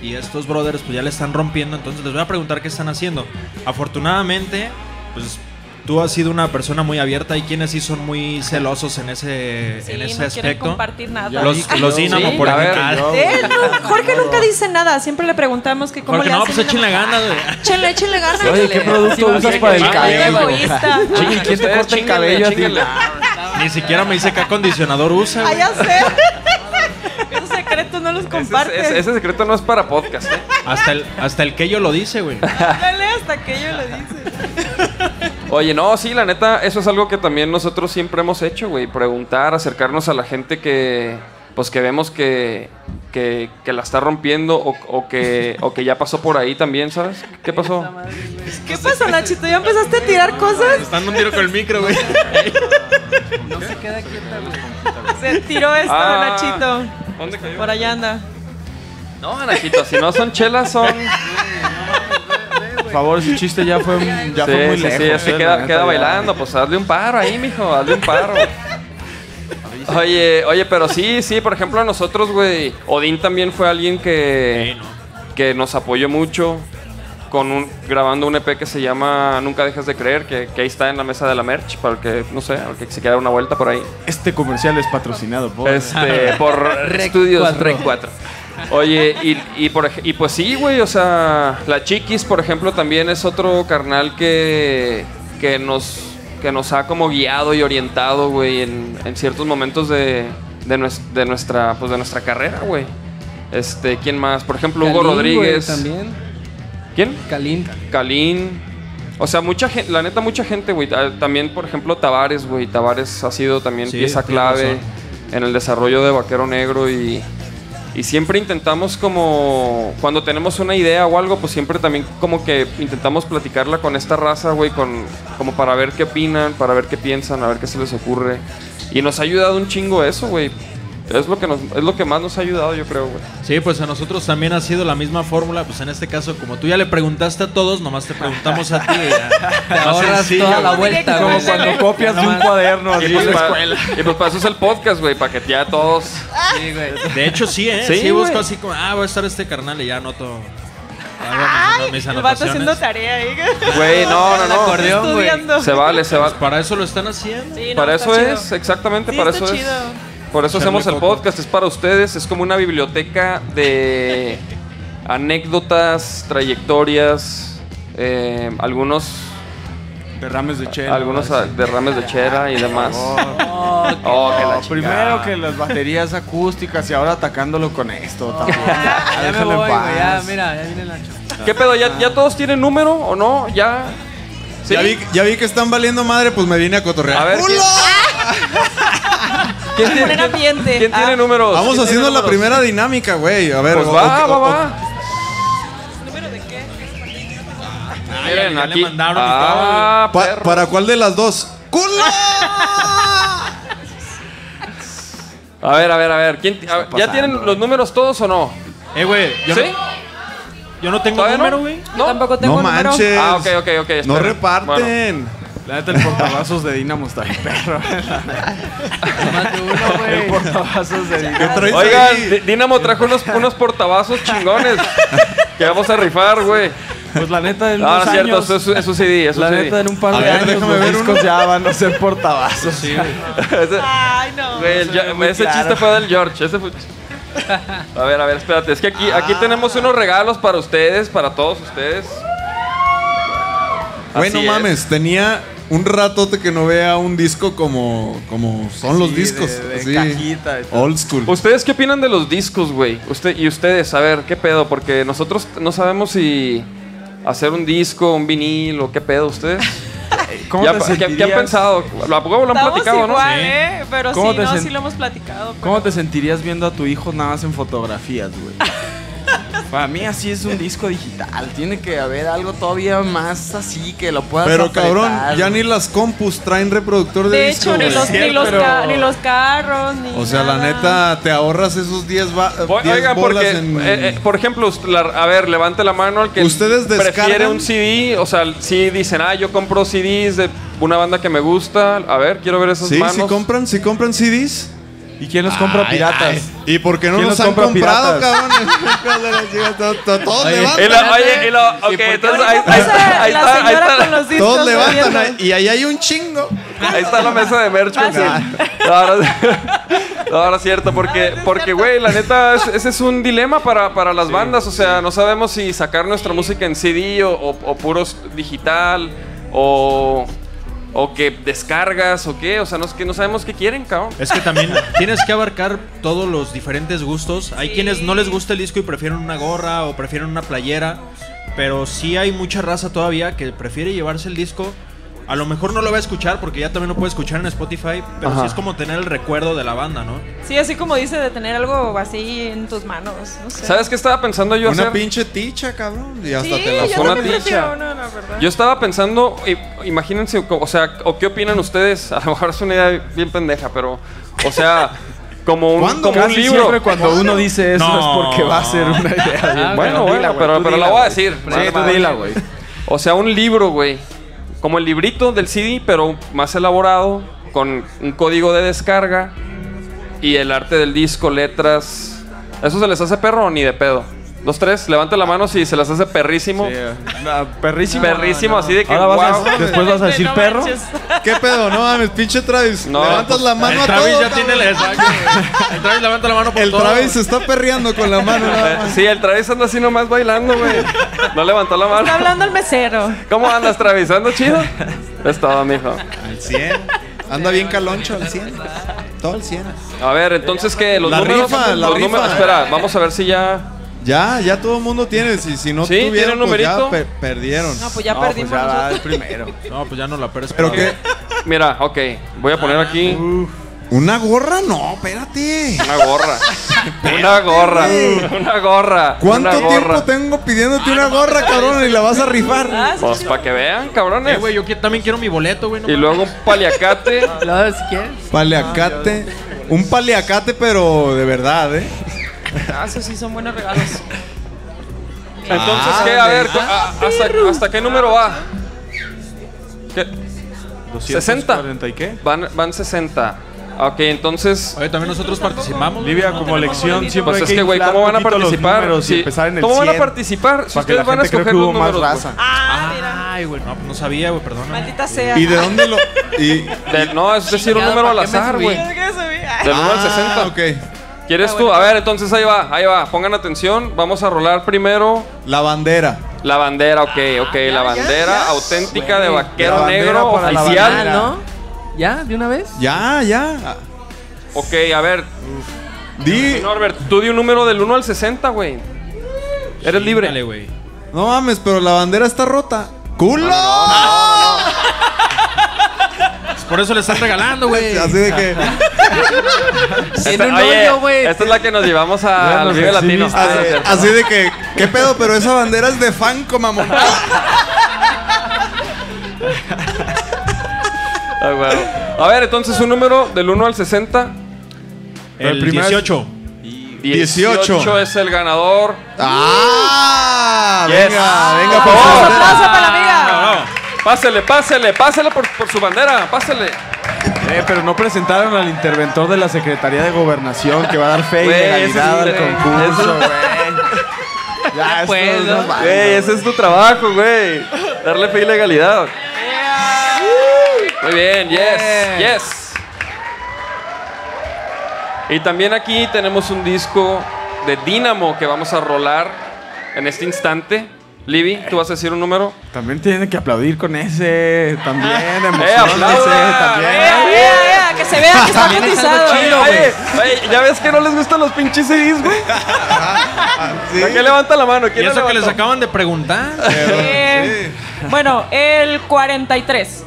Y estos brothers pues ya le están rompiendo, entonces les voy a preguntar qué están haciendo. Afortunadamente, pues tú has sido una persona muy abierta y quienes sí son muy celosos en ese, Sí, en ese no quieren aspecto. compartir nada. Los, los Dinamo, Sí, por a ver, ejemplo. Él no- Jorge nunca dice nada, siempre le preguntamos que cómo Porque le no, hacen pues échenle ganas, güey. Échenle, échenle ganas. Oye, ¿qué producto usas para el Bien cabello? egoísta. Oye, Eh, ¿quién te corta el Chíngale, cabello a ti? chíngale. Ni siquiera me dice qué acondicionador usa, Ah, güey. ya sé. Esos secretos no los compartes. Ese, ese secreto no es para podcast, ¿eh? Hasta el, hasta el que yo lo dice, güey. Dale hasta que ellos lo dicen. Oye, no, sí, la neta, eso es algo que también nosotros siempre hemos hecho, güey. Preguntar, acercarnos a la gente que, pues, que vemos que, que, que la está rompiendo o, o que, o que ya pasó por ahí también, ¿sabes? ¿Qué pasó? ¿Qué pasó, Nachito? ¿Ya empezaste a tirar cosas? Están un tiro con el micro, güey. No se queda quieta, güey. Se tiró esto, Ah. Nachito. ¿Dónde cayó? Por allá anda. No, Anajito, si no son chelas, son... Por favor, ese chiste ya fue, un- ya sí, fue muy sí, lejos. sí, ya se eh, la queda, neta, queda ya. bailando. Pues hazle un paro ahí, mijo, hazle un paro. Oye, oye, pero sí, sí, por ejemplo, a nosotros, güey, Odín también fue alguien que, que nos apoyó mucho con un, grabando un EP que se llama Nunca Dejes de Creer, que, que ahí está en la mesa de la merch, para el que, no sé, al que se quiera dar una vuelta por ahí. Este comercial es patrocinado por... Este, por Estudios cuatro. Rec 4. Oye, y, y, por, ej- y pues sí, güey, o sea, la Chiquis, por ejemplo, también es otro carnal que, que, nos, que nos ha como guiado y orientado, güey, en, en ciertos momentos de, de, nues- de nuestra, pues, de nuestra carrera, güey. Este, ¿quién más? Por ejemplo, Hugo Kalin, güey, Rodríguez. eh, También. ¿Quién? Kalin. Kalin. O sea, mucha gente, la neta, mucha gente, güey. Ah, También, por ejemplo, Tavares, güey. Tavares ha sido también Sí, pieza tienes clave razón. en el desarrollo de Vaquero Negro y, y siempre intentamos como, cuando tenemos una idea o algo, pues siempre también como que intentamos platicarla con esta raza, güey, con, como para ver qué opinan, para ver qué piensan, a ver qué se les ocurre. Y nos ha ayudado un chingo eso, güey. Es lo, que nos, es lo que más nos ha ayudado, yo creo, güey. Sí, pues a nosotros también ha sido la misma fórmula. Pues en este caso, como tú ya le preguntaste a todos, nomás te preguntamos a ti. Te ahorras toda la vuelta, Como güey. Como cuando copias de un cuaderno así Y en pues, la pa- escuela. y pues para eso es el podcast, güey, para que ya todos... Sí, güey. De hecho, sí, ¿eh? Sí, Sí, busco güey. así como, ah, voy a estar este carnal y ya anoto. hago mis- mis El vato haciendo anotaciones. tarea ahí. Güey, no, no, no. acordeón, güey. Estudiando. Se vale, se Pues vale. para eso lo están haciendo. Sí, no, para está eso chido. es, eh. exactamente, Sí, para está eso chido. es. Por eso hacemos el Echarle coco. podcast, es para ustedes, es como una biblioteca de anécdotas, trayectorias, eh, algunos Derrames de chela. Algunos ah, derrames de chera y demás. Oh, que la chingada. primero que las baterías acústicas y ahora atacándolo con Ah, esto. también. Ya, Ya me déjalo en voy, güey. Ya, paz. mira, ya viene Nacho. ¿Qué pedo? ¿Ya, ya todos tienen número o no? ¿Ya? ¿Sí? Ya, vi, ya vi que están valiendo madre, pues me vine a cotorrear. A ver, ¿quién- ¿Quién tiene, quién- quién Ah, tiene números? Vamos ¿Quién haciendo tiene la números? primera dinámica, güey. A ver, Pues o- va, o- va, o- va. Miren, Ah, ya le aquí. mandaron y Ah, Pa- ¿Para cuál de las dos? A ver, a ver, a ver. ¿quién- a ver, ¿Ya pasando, tienen los números todos o no? Eh, güey. Yo ¿Sí? no, yo no tengo ¿Todavía número, no? güey. Pues, No, tampoco tengo No número. manches. Ah, ok, ok, ok. No espera. Bueno. reparten. La neta, el portavasos de Dinamo está bien perro. el portavasos de Dinamo. Oigan, Di- Dinamo trajo unos, unos portavasos chingones que vamos a rifar, güey. Ah, Pues la neta, en No, no dos es cierto, años- eso es, eso es CD, eso La es neta, CD. en un par de años los discos ya van a ser portavasos. Ese- güey, el Jo- ese claro. chiste fue del George. Ese fue- A ver, a ver, espérate. Es que aquí, Ah. aquí tenemos unos regalos para ustedes, para todos ustedes. Güey, Así no es. mames, tenía un ratote que no vea un disco como, como son los Sí, discos. de- de así, cajita y todo. old school. ¿Ustedes qué opinan de los discos, güey? Usted, y ustedes, a ver, ¿qué pedo? Porque nosotros no sabemos si hacer un disco, un vinil o qué pedo ustedes. ¿Cómo Ya te pa- ¿qué- ¿qué, han sentirías? pensado? ¿Lo, a poco lo han Estamos platicado, no? igual, ¿eh? Pero sí, ¿Cómo te no, sen- sí lo hemos platicado. ¿Cómo te sentirías viendo a tu hijo nada más en fotografías, güey? Para mí así es un disco digital. Tiene que haber algo todavía más así que lo puedas Pero apretar, cabrón, ya güey. ni las compus traen reproductor de, De disco. hecho, ni güey. los, ni, los Pero- ca- ni los carros, ni. O sea, la nada. neta, te ahorras esos 10 ba- Oiga, 10 bolas porque, en... eh, eh, por ejemplo, ust- la- a ver, levante la mano al que ¿Ustedes prefiere descargan? un CD. O sea, sí dicen, ah, yo compro CDs de una banda que me gusta. A ver, quiero ver esas sí, manos. sí compran, sí compran CDs. ¿Y quién los compra piratas? ¿Y por qué no ¿Quién los los han compra comprado, piratas? cabrón? Todos Oye, levantan. Y la- oye, y la- ok, entonces ahí, ahí- ahí la está, ahí señora está- con los discos Todos levantan moviendo. ahí- y ahí hay un chingo. Ahí está la mesa de merch. güey. No, no, no, Ah, no es cierto, porque, porque, güey, la neta, es- ese es un dilema para, para las bandas. O sea, no sabemos si sacar nuestra música en CD o, o, o puros digital o, o que descargas o qué. O sea, no, es que no sabemos qué quieren, cabrón. Es que también tienes que abarcar todos los diferentes gustos. Hay quienes no les gusta el disco y prefieren una gorra o prefieren una playera. Pero sí hay mucha raza todavía que prefiere llevarse el disco. A lo mejor no lo va a escuchar porque ya también lo puede escuchar en Spotify. Pero Ajá. sí es como tener el recuerdo de la banda, ¿no? Sí, así como dice, de tener algo así en tus manos. No sé. ¿Sabes qué estaba pensando yo Una hacer? pinche ticha, cabrón. Y hasta Sí, te la yo Una también ticha. prefiero una, la verdad. Yo estaba pensando, i- imagínense, co- o sea, o qué opinan ustedes. A lo mejor es una idea bien pendeja, pero, o sea, como un, ¿Cuándo? como un Casi libro. siempre cuando uno dice eso No. es porque va a ser una idea. bien Ah, buena. Bueno, bueno, Ah, Dila, güey, pero, tú pero dila, la voy a güey. decir. Sí, tú dila, güey. O sea, un libro, güey. Como el librito del CD, pero más elaborado, con un código de descarga y el arte del disco, letras. ¿Eso se les hace perro o ni de pedo? Dos, tres, levanta la mano si se les hace perrísimo. Sí, eh. No, perrísimo. Perrísimo, así de que. Ahora vas a- guau. después vas a decir No perro. manches. ¿Qué pedo? No mames, pinche Travis. No, pues, Levantas la el mano a Travis todo. ya cabrón. tiene la exacto. El Travis levanta la mano por El todo. Travis se está perreando con la mano. nada más. Eh, Sí, el Travis anda así nomás bailando, güey. No levantó la mano. Está hablando el mesero. ¿Cómo andas, Travis? ¿Andas chido? Es todo, mijo. Al 100. Anda bien caloncho al 100. Todo al 100. A ver, entonces, ¿qué? Los La números. rifa, la los números- rifa. Espera, vamos a ver si ya. Ya, ya todo el mundo tiene. Si, si no Sí, tiene tuvieron, un pues ya numerito. per- perdieron. No, pues ya No, pues perdimos. ya va nosotros. el primero. No, pues ya no la perdes. Pero que Mira, ok, voy a poner aquí una gorra no, espérate. una gorra. una gorra, una gorra. ¿Cuánto una tiempo gorra. tengo pidiéndote una gorra, cabrón? Y la vas a rifar. Ah, sí, Pues para que vean, cabrones. Eh, güey, yo que- también quiero mi boleto, güey. no y mames. luego un paliacate. ¿Lo si quieres? Paliacate. Un paliacate, pero de verdad, ¿eh? ah, esos sí son buenos regalos. Entonces, ¿qué? A ver, cu- a- hasta, hasta qué número va? ¿Qué? 240 y qué? Van, van 60. Ok, entonces. Oye, también nosotros participamos. güey. Livia, como lección, siempre Pues hay es que, güey, inflar ¿cómo van a poquito los participar? números y Sí. empezar en el ¿Cómo van a 100, participar? Si para que la ustedes van a gente crea escoger que los hubo más números. raza. güey. Ah, mira. Ay, güey, no, pues no sabía, güey, perdóname. Maldita sea. ¿Y de dónde lo.? Y, De- no, es decir, un Chingado, número al ¿para qué me azar, subí? Ah, güey. Es que subí. Ay. Del 1 al Ah, 60. ok. ¿Quieres tú? A ver, entonces ahí va, ahí va. Pongan atención. Vamos a rolar primero La bandera. La bandera, ok, Ah, ok. la bandera auténtica de vaquero negro oficial. ¿no? ¿Ya? ¿De una vez? Ya, ya. Ok, a ver. Di. Norbert, tú di un número del 1 al 60, güey. Eres libre. Dale, güey. No mames, pero la bandera está rota. ¡Culo! Por eso le están regalando, güey. Así de que. Esta, oye, esta es la que nos llevamos a los Vive Latino. Ah, Así, así de que, ¿qué pedo? Pero esa bandera es de Fanco, mamón. Ah, güey. A ver, entonces un número del 1 al 60. El El primero es- 18. 18 es el ganador. ¡Ah! Yes. Oh. Venga, venga, por favor. Aplauso para la amiga. Pásele, pásele, pásele por, por su bandera, pásele. Eh, pero no presentaron al interventor de la Secretaría de Gobernación que va a dar fe y Güey, legalidad ese al es un- concurso, güey. Ya, esto Pues, no vale. Güey, ese es tu trabajo, güey. Darle fe y legalidad. Muy bien, yes, Yeah. yes. Y también aquí tenemos un disco de Dynamo que vamos a rolar en este instante. Libby, tú vas a decir un número. También tienen que aplaudir con ese. También, Eh, emocionense. aplaudan. también. Vea, vea, vea, que se vea que está También es algo cotizado. chido, Oye, oye, ya ves que no les gustan los pinches CDs, güey. ¿Para qué levanta la mano? ¿Y ¿Quién eso la que les levantó? acaban de preguntar? Eh, Bueno, el 43.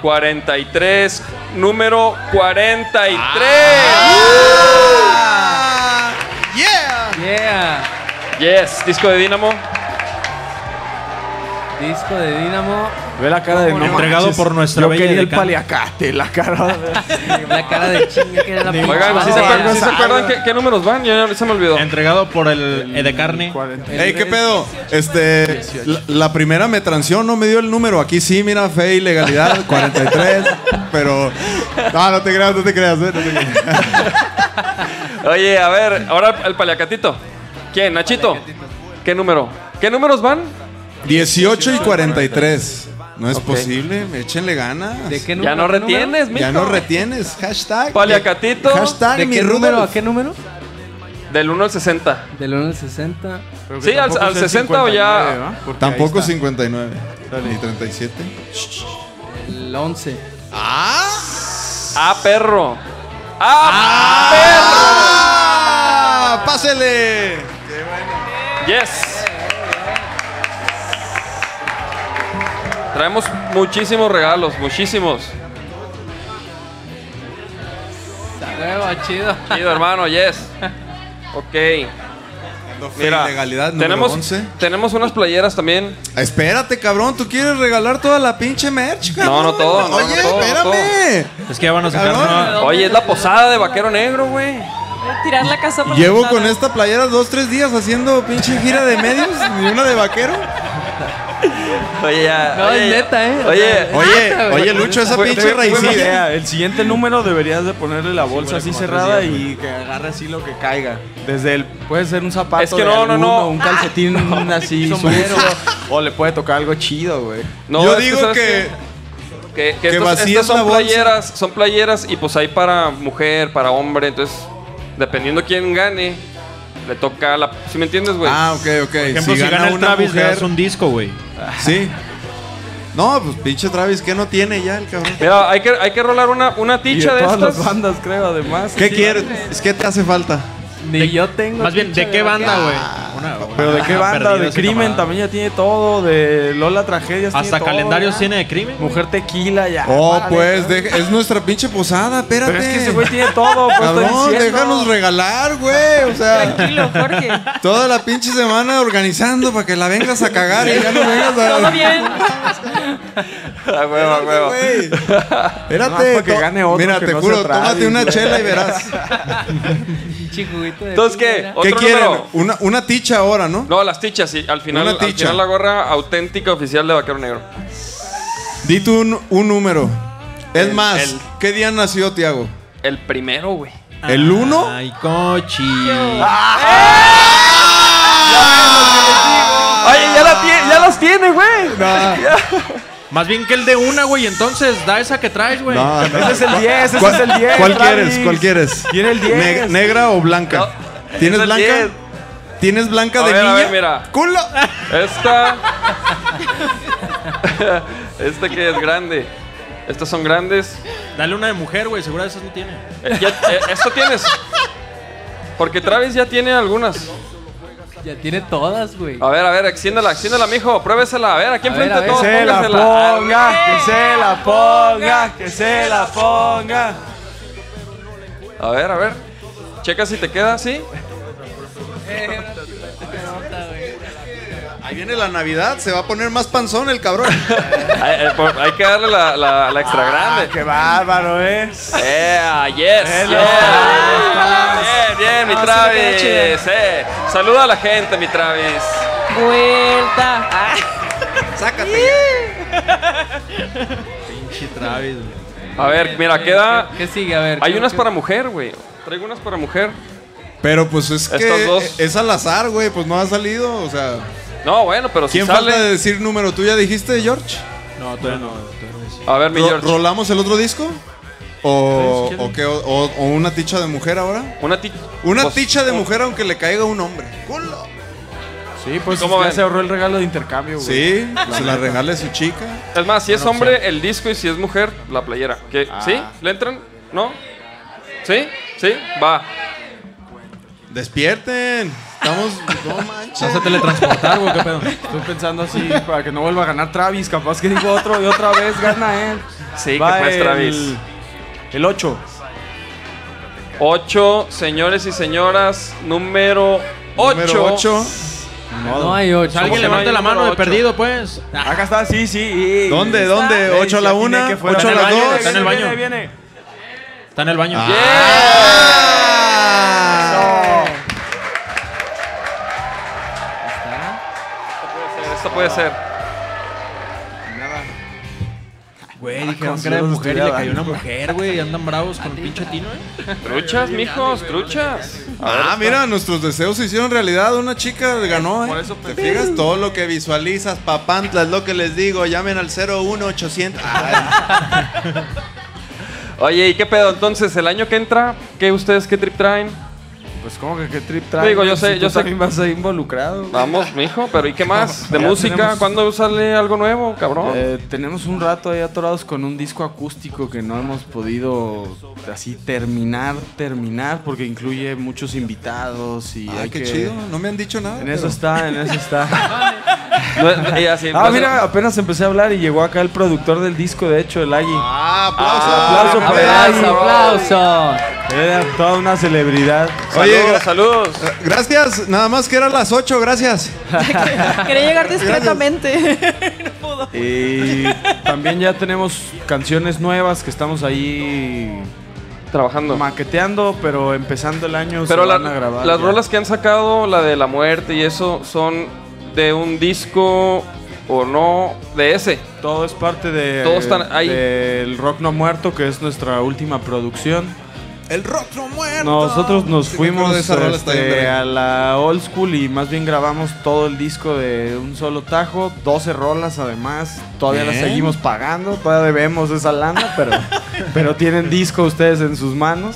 43, número 43. Yeah. Yes, disco de Dynamo. Disco de Dínamo. Ve la cara de ¿Cómo no? Entregado por nuestra Yo bella quería el decana. paliacate, la cara. La cara de chinga que era la Oigan, ¿sí se acuerdan, sí se acuerdan qué, qué números van? Ya se me olvidó. Entregado por el eh, Edecarne. Ey, ¿qué pedo? Este, la, la primera me transió, no me dio el número. Aquí sí, mira, fe y legalidad, 43. Pero. No, no te creas, no te creas. eh, no te creas. Oye, a ver, ahora el paliacatito. ¿Quién? ¿Nachito? ¿Qué número? ¿Qué números van? 18 y 43. No es posible, échenle ganas. ¿De qué Ya no retienes, mijo. Ya no retienes. Hashtag. Paliacatito. Hashtag ¿De mi qué número? ¿A Rudolf. qué número? Del 1 al 60. Del 1 al 60. Sí, al, al 60 o ya. Tampoco 59. Ni 37. El 11. ¡Ah, perro! ¡Ah, ¡Ah! ¡Pásele! perro! ¡Yes! Traemos muchísimos regalos, muchísimos. Huevo, chido. Chido, hermano, yes. Ok. Mira, legalidad número tenemos, 11. tenemos unas playeras también. Espérate, cabrón, ¿tú quieres regalar toda la pinche merch, No, cabrón? no todo, no, Oye, no todo, no espérame. Es que ya van a sacar Cabrón. nueva. Oye, es la posada de Vaquero Negro, güey. Tirar la casa por Llevo la con ventana. esta playera dos, tres días haciendo pinche gira de medios y una de vaquero. Oye, ya. No, oye, es neta, ¿eh? Oye, Oye, Neta, güey. oye, Lucho, esa Fue- pinche fue- fue mi raicilla. idea. El siguiente número deberías de ponerle la bolsa así cerrada y que agarre así lo que caiga. Desde el puede ser un zapato, Es que de no, no, alguno, no. un calcetín así sombrero. sucio, o le puede tocar algo chido, güey. no, Yo es digo ¿sabes que- qué? que, que que estos- vacíes estas la son bolsa. playeras, son playeras y pues hay para mujer, para hombre, entonces dependiendo quién gane le toca la, ¿sí me entiendes, güey? Ah, ok, ok. Por ejemplo, si, gana, el una Travis, le mujer, das un disco, güey. sí. No, pues pinche Travis, ¿qué no tiene ya el cabrón? Mira, hay que, hay que rolar una, una Y de ticha de, todas las estas. bandas, creo, además. ¿Qué quieres? Es que te hace falta. Ni yo tengo. Más bien, ¿de pinche qué banda, güey? Pero de qué Ah, banda, de perdidos y crimen camaradas. también ya tiene todo, de Lola Tragedias tiene Hasta todo, calendarios ya. tiene de crimen. güey. Mujer Tequila ya. Oh, vale, pues, cabrón. deja- es nuestra pinche posada, espérate. Pero es que ese güey tiene todo, pues estoy Cabrón, diciendo. déjanos regalar, güey. O sea, Tranquilo, Jorge. toda la pinche semana organizando para que la vengas a cagar y ya no vengas a. Todo bien. A huevo, a huevo. Güey. Espérate, Nomás para que to- gane otro Mira, que te no juro, sea Travis, tómate una güey. chela y verás. Pinche juguito de Entonces, piña, ¿qué? era. ¿Qué ¿Otro quieren? número? Una, una ticha ahora, ¿no? No, las tichas, sí. Al final, Una al ticha. final la gorra auténtica oficial de Vaquero Negro. Di tú un, un número. Es más, el- ¿qué día nació Tiago? El primero, güey. Ah, ¿El 1? Ay, cochi. Ah. Oye, ya, la tie- ya las tiene, güey. Más bien que el de una, güey. Entonces, da esa que traes, güey. Ese es el 10, ese ¿Cuál, es el 10. ¿Cuál Travis. quieres? ¿Cuál quieres? Tiene el 10. Ne- ¿Negra o blanca? No, ¿Tienes es el blanca? 10. ¿Tienes blanca A de ver, a niña? ver, mira. ¡Culo! Esta. Esta que es grande. Estas son grandes. Dale una de mujer, güey. Seguro esas no tiene. Eh, ya- eh, esto tienes. Porque Travis ya tiene algunas. Ya tiene todas, güey. A ver, a ver, extiéndela, extiéndela, mijo. Pruébesela. A ver, aquí A ver, enfrente a de ver. todos. Que se la póngasela. ponga, que se la ponga, que se la ponga. A ver, a ver. Checa si te queda así. Ahí viene la Navidad, se va a poner más panzón el cabrón. Hay, eh, por- hay que darle la, la- la Ah, extra grande. ¡Qué bárbaro, eh! ¡Eh! ¡Yes! yeah. Bien, bien, mi Ah, sí, Travis. me queda eh. Saluda a la gente, mi Travis. Vuelta. Sácate. Pinche Travis, güey. A ver, mira, queda. ¿Qué sigue? A ver. Hay ¿qué- unas qué- para mujer, güey. Traigo unas para mujer. Pero pues es que Estos dos. es al azar, güey, pues no ha salido, o sea. No, bueno, pero si ¿Quién sale. falta de decir número? ¿Tú ya dijiste, George? No, todavía no. todavía no es. A ver, mi Ro- George. ¿Rolamos el otro disco? ¿O, Sí, si o, qué, o- o- o una ticha de mujer ahora? Una pues, ticha. Una Pues, ticha de mujer aunque le caiga un hombre. Sí, pues ¿Cómo ya ven? se ahorró el regalo de intercambio, güey. Sí, se la neta. regale su chica. Es más, si es Buena hombre, el disco y si es mujer, la playera. ¿Qué? ¿Sí? Ah. ¿Le entran? ¿No? ¿Sí? ¿Sí? Va. Despierten. Estamos. No manches. Vas a teletransportar, güey, qué pedo. Estoy pensando así para que no vuelva a ganar Travis. Capaz que digo otro y otra vez gana él. Sí, Va que pues, el- Travis. El 8. 8, señores y señoras, número 8. Número ocho. No hay ocho. ¿Cómo Alguien que no levante hay la mano de número ocho? perdido, pues. Acá está, sí, sí. ¿Dónde, Ahí dónde? está. ¿Ocho a la Sí, una? que fuera. ¿Ocho a las Viene, dos? viene, Está en el viene, baño. viene. Está en el baño. Ah, Ah, Esto puede ser. Güey, Ah, dijeron como que si era de no los mujer y le estuviera cayó una dando. mujer, güey. y Andan bravos con el pinche tino, eh. Truchas, mijos, truchas. Ah, mira, nuestros deseos se hicieron realidad. Una chica ganó, ¿eh? Por eso ¿Te pensé. fijas? Todo lo que visualizas, papantla, es lo que les digo. Llamen al 01800. Ah, Oye, ¿y qué pedo? Entonces, el año que entra, ¿qué ustedes qué trip traen? Pues, ¿cómo que qué trip trae? Digo, yo sé, Ah, yo sé. también vas a ir involucrado. güey. Vamos, mijo, pero ¿y qué más? ¿De Ya música? tenemos- ¿Cuándo sale algo nuevo, cabrón? Eh, tenemos un rato ahí atorados con un disco acústico que no hemos podido así terminar, terminar, porque incluye muchos invitados Ah, y hay qué que- chido. No me han dicho nada. En eso pero- está, en eso está. No, y así, ah, no sé. mira, apenas empecé a hablar y llegó acá el productor del disco, de hecho, el Agui. Ah, aplauso. aplauso Ah, para el Agui. Aplauso, aplauso. Era toda una celebridad. Oye, Saludos, gra- saludos. Eh, gracias. Nada más que eran las 8, gracias. Ah, Quería llegar discretamente. no pudo. Y también ya tenemos canciones nuevas que estamos ahí Trabajando. maqueteando, pero empezando el año Pero se la- van a grabar. las ya. rolas que han sacado, la de la muerte y eso, son de un disco o no, de ese. Todo es parte de Todos están ahí. del Rock No Muerto, que es nuestra última producción. El rock no muerto. Nosotros nos Sí, me acuerdo fuimos de esa rola, está bien este, verga. a la old school y más bien grabamos todo el disco de un solo tajo, 12 rolas además, todavía las Bien. seguimos pagando, todavía debemos esa lana, pero, pero tienen disco ustedes en sus manos.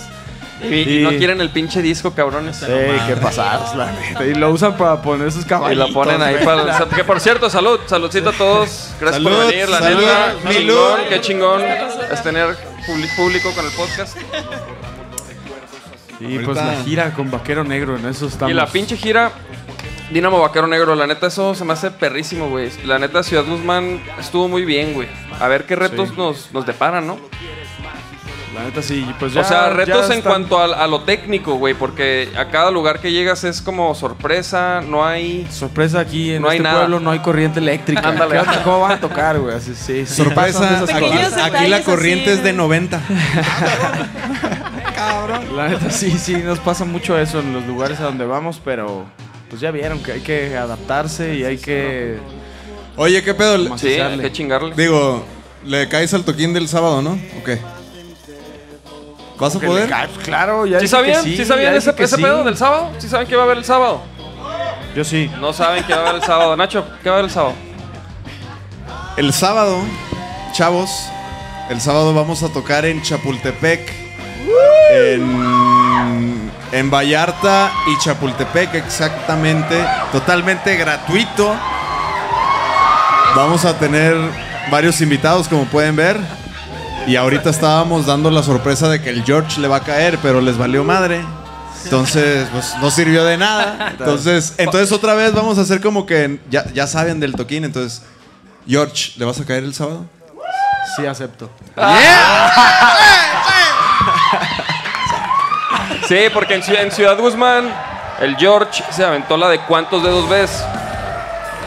Y, y no quieren el pinche disco, cabrones. Sí, qué pasados, la neta. Y lo usan para poner sus Y caballitos. lo ponen ahí güey. para. Que por cierto, salud, saludcita a todos. Gracias por Salud, venir, la salud, neta. salud. Chingón, qué chingón es tener publi- público con el podcast. Y pues la Ahorita. gira con Vaquero Negro, en eso estamos. Y la pinche gira Dinamo Vaquero Negro, la neta eso se me hace perrísimo, güey. La neta Ciudad Guzmán estuvo muy bien, güey. A ver qué retos Sí. nos, nos deparan, ¿no? La neta sí, pues ya. o sea, retos ya en están- cuanto a, a lo técnico, güey, porque a cada lugar que llegas es como sorpresa, no hay... Sorpresa aquí en No hay este nada. pueblo no hay corriente eléctrica. Ándale. ¿Qué onda? ¿Cómo van a tocar, güey? Así, sí, sí, pasan Sorpresa, esas aquí, Pequeños aquí detalles la así, corriente es de ¿no? 90. cosas. La neta sí, sí, nos pasa mucho eso en los lugares a donde vamos, pero pues ya vieron que hay que adaptarse y hay que Oye, ¿qué pedo? Le- Sí, hay macizarle. que chingarle. Digo, le caes al toquín del sábado, ¿no? ¿O qué? ¿Vas a Que poder? le cae, pues, claro, ya dije ¿Sí que sabían? ¿Sí, sí, sabían ya ese, dije que ese sí. pedo del sábado? ¿Sí saben que va a haber el sábado? Yo sí. No saben que va a haber el sábado. Nacho, ¿qué va a haber el sábado? El sábado, chavos, el sábado vamos a tocar en Chapultepec. En en Vallarta y Chapultepec, exactamente, totalmente gratuito. Vamos a tener varios invitados, como pueden ver. Y ahorita estábamos dando la sorpresa de que el George le va a caer, pero les valió madre. Entonces, pues no sirvió de nada. Entonces, entonces otra vez vamos a hacer como que ya, ya saben del toquín. Entonces, George, ¿le vas a caer el sábado? Sí, acepto. Sí, porque en, Ciudad- en Ciudad Guzmán, el George se aventó la de cuántos dedos ves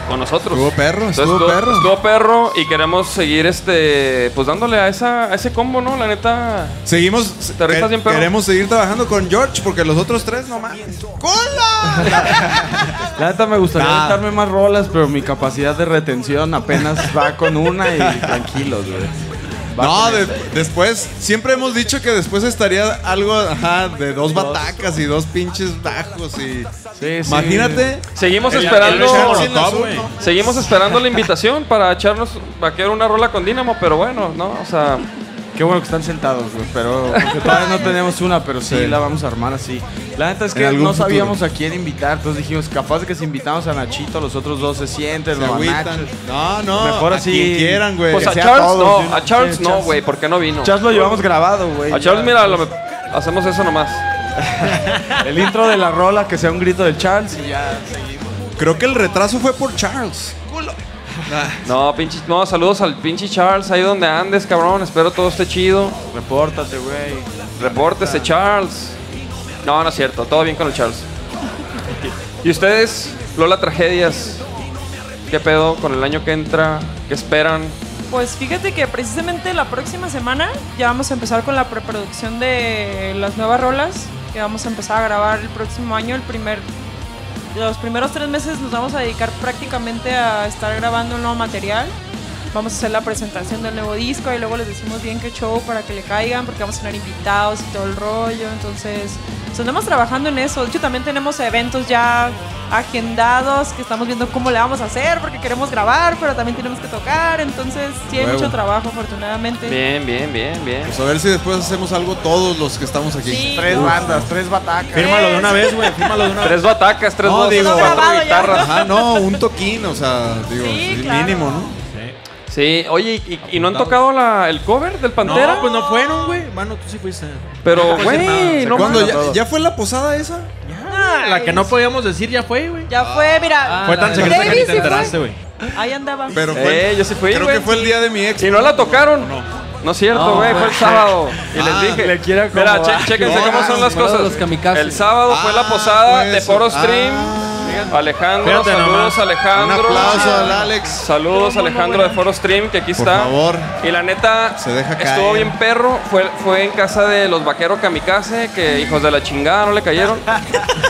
con nosotros. Estuvo perro, Entonces, estuvo perro. Estuvo perro y queremos seguir este, pues dándole a, esa, a ese combo, ¿no? La neta. Seguimos, Te rifas que- bien, perro. queremos seguir trabajando con George porque los otros tres no más. La neta me gustaría Nah. aventarme más rolas, pero mi capacidad de retención apenas va con una y tranquilos, güey. Va No, con de- esa. después, siempre hemos dicho que después estaría algo ajá, de dos batacas y dos pinches bajos y... Imagínate. Seguimos El- el esperando. Chelsea en la azul, ¿no? Seguimos esperando la invitación para echarnos vaquear una rola con Dinamo, pero bueno, ¿no? O sea. Qué bueno que están sentados, güey, pero porque todavía no tenemos una, pero sí, Sí. la vamos a armar así. La neta es En que algún no futuro. sabíamos a quién invitar, entonces dijimos, capaz de que si invitamos a Nachito, los otros dos se sienten, Se o a agüitan. Nacho. No, no, Mejor a así. quien quieran, güey. Pues Que a sea Charles todos, no, a sí, Charles no, Charles. güey, ¿por qué no vino? Charles lo llevamos grabado, güey. A Charles, ya. mira, lo- hacemos eso nomás. El intro de la rola, que sea un grito de Charles y ya seguimos. Creo que el retraso fue por Charles. No, pinche, no, saludos al pinche Charles, ahí donde andes, cabrón, espero todo esté chido. Repórtate, güey. Repórtese, Charles. No, no es cierto, todo bien con el Charles. ¿Y ustedes, Lola Tragedias? ¿Qué pedo con el año que entra? ¿Qué esperan? Pues fíjate que precisamente la próxima semana ya vamos a empezar con la preproducción de las nuevas rolas que vamos a empezar a grabar el próximo año. El primer, los primeros tres meses nos vamos a dedicar prácticamente a estar grabando un nuevo material. Vamos a hacer la presentación del nuevo disco y luego les decimos bien qué show para que le caigan porque vamos a tener invitados y todo el rollo. Entonces, pues, andamos trabajando en eso. De hecho, también tenemos eventos ya agendados que estamos viendo cómo le vamos a hacer porque queremos grabar, pero también tenemos que tocar. Entonces, sí hay Huevo. mucho trabajo, afortunadamente. Bien, bien, bien, bien. Pues a ver si después hacemos algo todos los que estamos aquí. Sí. Tres bandas, tres batacas. Fírmalo de una vez, güey, fírmalo de una Tres batacas, tres No, voces, digo, cuatro cuatro guitarras. Ajá, no, un toquín, o sea, digo, Sí, sí, claro. mínimo, ¿no? Sí, oye, ¿y, y no han tocado la- el cover del Pantera? No, pues no fueron, güey. Mano, tú sí fuiste. Pero, No te puedo decir güey, nada. no ¿Cuándo? mames. ¿Ya, ya fue la posada esa? Ay, La que no podíamos decir ya fue, güey. Ya fue, mira. Fue tan secreta que Davis sí ni te fue. enteraste, güey. Ahí andaba. Pero fue, Eh, yo sí fui, creo güey. que fue el día de mi ex. Y no la tocaron. No, es cierto, No, güey, fue el güey. sábado. Y Ah, les dije. le quiere Mira, acomodar. che- chéquense No, cómo ah, son las primero cosas. los kamikazes. El sábado fue la Ah, posada fue de eso. Poro Stream. Ah. Alejandro, Fíjate saludos nomás. Un Alejandro. aplauso al Alex. Saludos Alejandro de Foro Stream, que aquí Por está. favor. Y la neta, Se deja estuvo caer. bien perro. Fue, fue en casa de los vaqueros kamikaze, que hijos de la chingada no le cayeron.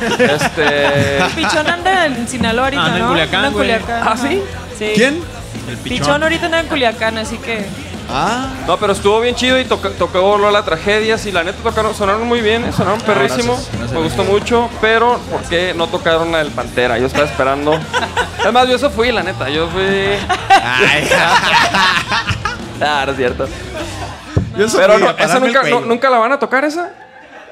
este. Pichón anda en Sinaloa ahorita, Anda en ¿no? Culiacán, Anda en güey. Culiacán, ¿Ah, ajá. sí? Sí. ¿Quién? El Pichón ahorita anda en Culiacán, así que. Ah, No, pero estuvo bien chido y toca- tocó Lola Tragedias y la neta tocaron, sonaron muy bien, eh, Ah, sonaron perrísimo, me gustó mucho, pero ¿por qué no tocaron la del Pantera? Yo estaba esperando. Además, yo eso fui, la neta, yo fui... ah, no es cierto. yo soy Pero a no, esa pararme el nunca, no- cuello. nunca la van a tocar esa.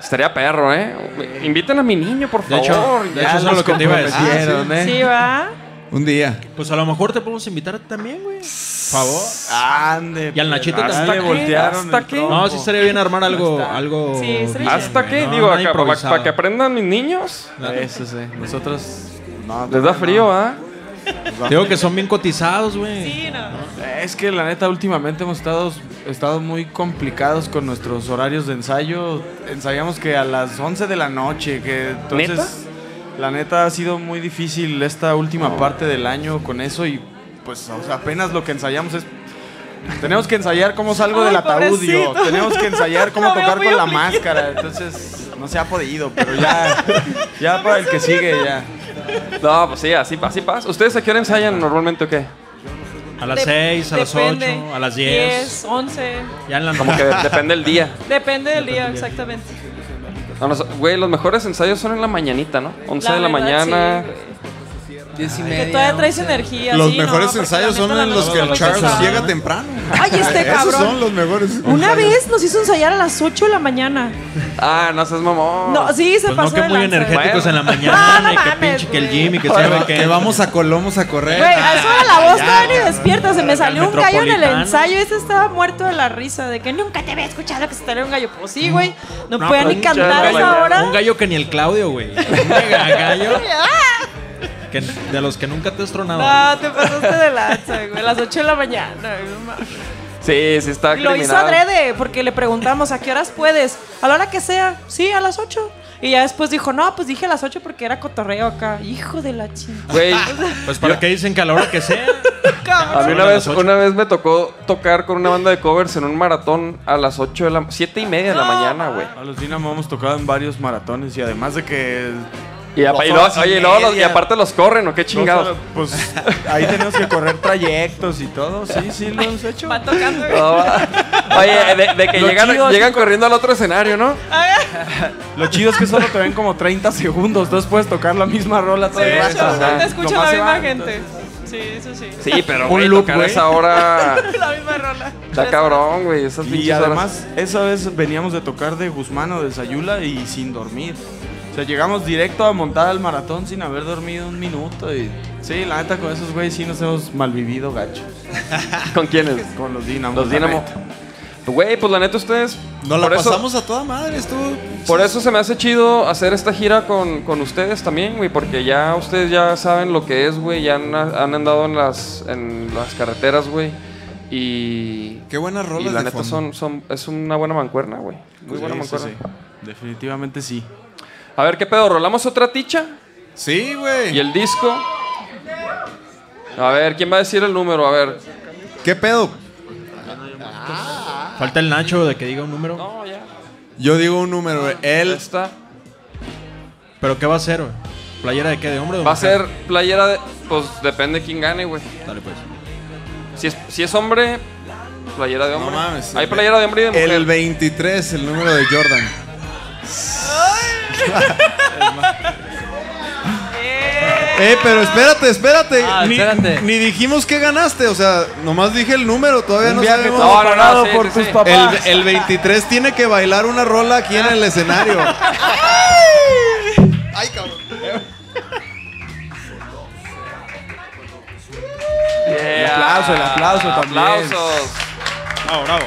Estaría perro, ¿eh? Inviten a mi niño, por De favor. hecho, de hecho, eso es lo que te iba a decir. comprometieron, ¿eh? Sí, va. Un día. Pues a lo mejor te podemos invitar también, güey. favor. Ande. Y al Nachito pues, ya también. le ¿Hasta qué? voltearon ¿Hasta el qué? trompo. No, sí sería bien armar algo. algo Sí, estaría chido. ¿Hasta que que Digo, acá, para, que aprendan mis niños. Eso sí. Nosotros. No, Les da no. frío, ¿ah? Digo que son bien cotizados, güey. Sí, no. Es que la neta, últimamente hemos estado, estado muy complicados con nuestros horarios de ensayo. Ensayamos que a las 11 de la noche, que entonces. La neta ha sido muy difícil esta última Oh. parte del año con eso y pues o sea, apenas lo que ensayamos es. Tenemos que ensayar cómo salgo Ay, del ataúd, yo. pobrecito. Tenemos que ensayar cómo Lo veo tocar muy con la afligido. máscara. Entonces, no se ha podido, pero ya. Ya para el que sigue, ya. No, pues sí, así, así pasa. ¿Ustedes a qué hora ensayan normalmente o qué? A las 6, a las 8, a las 10. 10, 11. Ya en la Como que depende el día. Depende del día, exactamente. No, no, güey, los mejores ensayos son en la mañanita, ¿no? 11 de la verdad, mañana, sí, güey. diez y media. Que todavía traes once. energía. Los sí, no, mejores porque ensayos la son neta en la los noche que el está Charles pesada. llega temprano. Ay, este Esos ¿eh? cabrón. son los mejores. Una vez nos hizo ensayar a las 8 de la mañana. Ah, no seas mamón. No, sí, se Pues pasó no que de muy lanza. energéticos en la mañana y que pinche que el gym y que sabe que... vamos a Colomos a correr. Güey, a eso de la voz todavía ni despierta. Se me salió un gallo en el Metropolitano. ensayo. Este estaba muerto de la risa. De que nunca te había escuchado que se te un gallo. Pues sí, güey. No, podía pero ni un cantar gallo- a esa hora. Un gallo que ni el Claudio, güey. Un mega gallo que- de los que nunca te has tronado. No, te pasaste de lanza, güey. A las 8 de la mañana. güey, no mames. Sí, sí está Y lo hizo criminal. adrede, porque le preguntamos a qué horas puedes. A la hora que sea. Sí, a las 8. Y ya después dijo, no, pues dije a las 8 porque era cotorreo acá. Hijo de la chingada. Güey, Pues para qué dicen que a la hora que sea. A mí Son una a vez, las ocho. una vez me tocó tocar con una banda de covers en un maratón a las 8 de la... 7 y media de la mañana, güey. A los Dinamo hemos tocado en varios maratones y además de que. Y, apa- y Dos luego- horas y oye, y luego los- y media. aparte los corren, ¿o qué Dos chingados? horas, Pues ahí tenemos que correr trayectos y todo. Sí, sí, lo hemos hecho. Va tocando. No, va. Oye, de, de que Lo llegan, chido es llegan que- corriendo al otro escenario, ¿no? Lo chido es que solo te ven como 30 segundos. Entonces puedes tocar la misma rola todo el De rato. hecho, Ajá. te escucha Nomás la se misma van. gente. Sí, eso sí. Sí, pero Un güey, loop, tocar a güey. esa hora... la misma rola. Está cabrón, güey, esas Y pinches además, esa vez veníamos de tocar de Guzmán o de Sayula y sin dormir. O sea, llegamos directo a montar al maratón sin haber dormido un minuto. Y sí, la neta, con esos güeyes sí nos hemos malvivido gacho. ¿Con quiénes? Con los Dinamo. Los Dinamo. Güey, pues la neta ustedes... Nos la por eso- pasamos a toda madre, estuvo. Por eso se me hace chido hacer esta gira con, con ustedes también, güey, porque ya ustedes ya saben lo que es, güey, ya han, han andado en las, en las carreteras, güey. Y. Qué buenas rolas Y la de neta fondo. son, son, es una buena mancuerna, güey. Muy buena Pues Sí, sí, mancuerna. sí. Definitivamente sí. A ver, ¿qué pedo? ¿Rolamos otra ticha? Sí, güey. ¿Y el disco? A ver, ¿quién va a decir el número? A ver. ¿Qué pedo? Falta el Nacho de que diga un número. No, ya. Yo digo un número, Ah, güey. él. Está. ¿Pero qué va a ser, güey? ¿Playera de qué? ¿De hombre o de Va a mujer? ser playera de. Pues depende quién gane, güey. Dale, pues. Si es, si es hombre, playera de No hombre. mames. Hay playera de hombre y de mujer. El 23, el número de Jordan. Eh, pero espérate, espérate. Ah, ni, espérate. ni dijimos que ganaste, o sea, nomás dije el número, todavía Un no viaje sabemos. todo No, no, no, pagado sí, por sí, tus sí. papás. El, el 23 tiene que bailar una rola aquí en el escenario. Ay, cabrón. Yeah. El aplauso, el aplauso también. Aplausos. Bravo, bravo.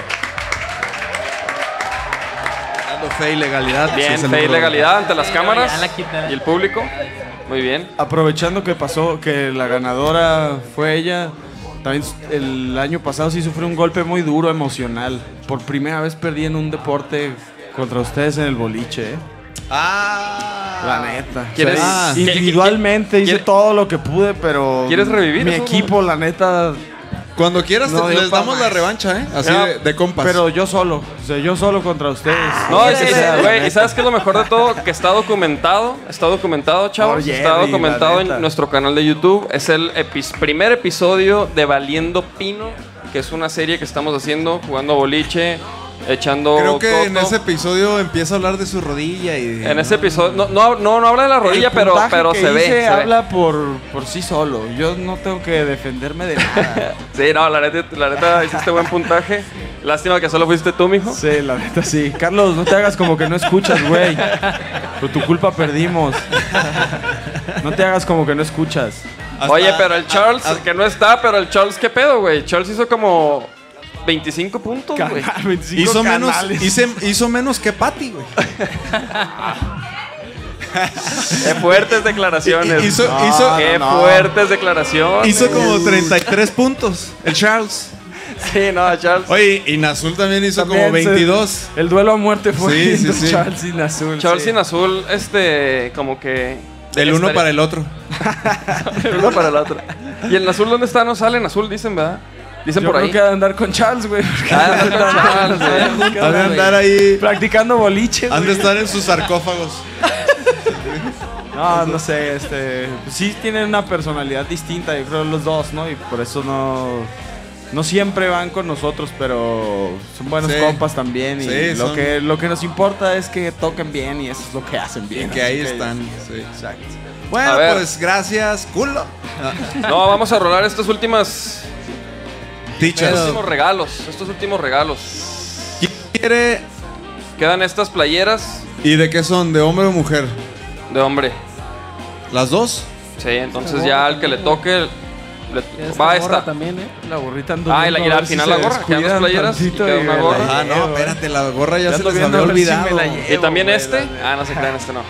Dando fe y legalidad. Bien, Sí, es el fe y número. legalidad ante las Sí, cámaras ya la quitaron. y el público. Muy bien. Aprovechando que pasó, que la ganadora fue ella, también s- el año pasado sí sufrió un golpe muy duro emocional. Por primera vez perdí en un deporte contra ustedes en el boliche, ¿eh? La Ah. neta. O ¿Quieres- sea, ah. individualmente hice ¿Quieres- todo lo que pude, pero. ¿Quieres revivir Mi eso, equipo, la neta. Cuando quieras No, te- dio les pa' damos más. la revancha, ¿eh? Así era- de, de compas. Pero yo solo. O sea, yo solo contra ustedes. Ah. No, O y, sea, y- la güey, neta. y sabes que es lo mejor de todo, que está documentado, está documentado, chavos, Por Jerry, está la documentado neta. en nuestro canal de YouTube. Es el epi- primer episodio de Valiendo Pino, que es una serie que estamos haciendo, jugando boliche, echando. Creo que en coto. ese episodio empieza a hablar de su rodilla y de- En ese episodio, no, no, no, no habla de la rodilla, El pero, puntaje pero que se ve. hice se ve. habla Por, por sí solo. Yo no tengo que defenderme de nada. Sí, no, la neta, la neta hiciste buen puntaje. Lástima que solo fuiste tú, mijo. sí, la neta sí. Carlos, no te hagas como que no escuchas, güey. Por tu culpa perdimos. No te hagas como que no escuchas. Hasta- Oye, pero el Charles, que no está, pero el Charles, ¿qué pedo, güey? Charles hizo como 25 puntos, güey. Canal 25 hizo menos, canales. hice- hizo menos que Patty, güey. Qué fuertes declaraciones. Hi- hizo- hizo- qué Ah, no, no. fuertes declaraciones. Hizo como 33 puntos. El Charles. Sí, no, Charles. Oye, y Nazul también hizo como También se- 22. el duelo a muerte fue Sí, sí, entre sí. Charles y Nazul. Charles sí. sin azul, este, como que. El uno estaría- para el otro. el uno para el otro. ¿Y el azul dónde está? No sale en azul, dicen, ¿verdad? Dicen Yo por creo ahí. que ha de andar con Charles, güey. porque Ah, anda con Charles, güey. anda Han de andar ahí. Practicando boliche. Han de güey. estar en sus sarcófagos. No, no sé, este. Sí tienen una personalidad distinta, yo creo, los dos, ¿no? Y por eso no. No siempre van con nosotros, pero son buenos Sí. compas también. Y Sí, lo, son- que, lo que nos importa es que toquen bien y eso es lo que hacen bien. Que ahí así están. sí. Exacto. Bueno, A ver. pues gracias, culo. No, vamos a rolar estas últimas. Dichas. Estos últimos regalos. Estos últimos regalos. quiere? Quedan estas playeras ¿Y de qué son? ¿De hombre o mujer? de hombre. ¿Las dos? Sí, entonces ya al que le toque. le- va esta. también, ¿eh? La gorrita ando Ah, y, la- viendo y a al ver si final se la gorra. Quedan dos descuidan playeras y tantito queda y una me la gorra. Ah, no, espérate, la gorra ya Ya se ando les viendo había a ver si me olvidado. la llevo. ¿Y también este? Ah, no se crean, este no.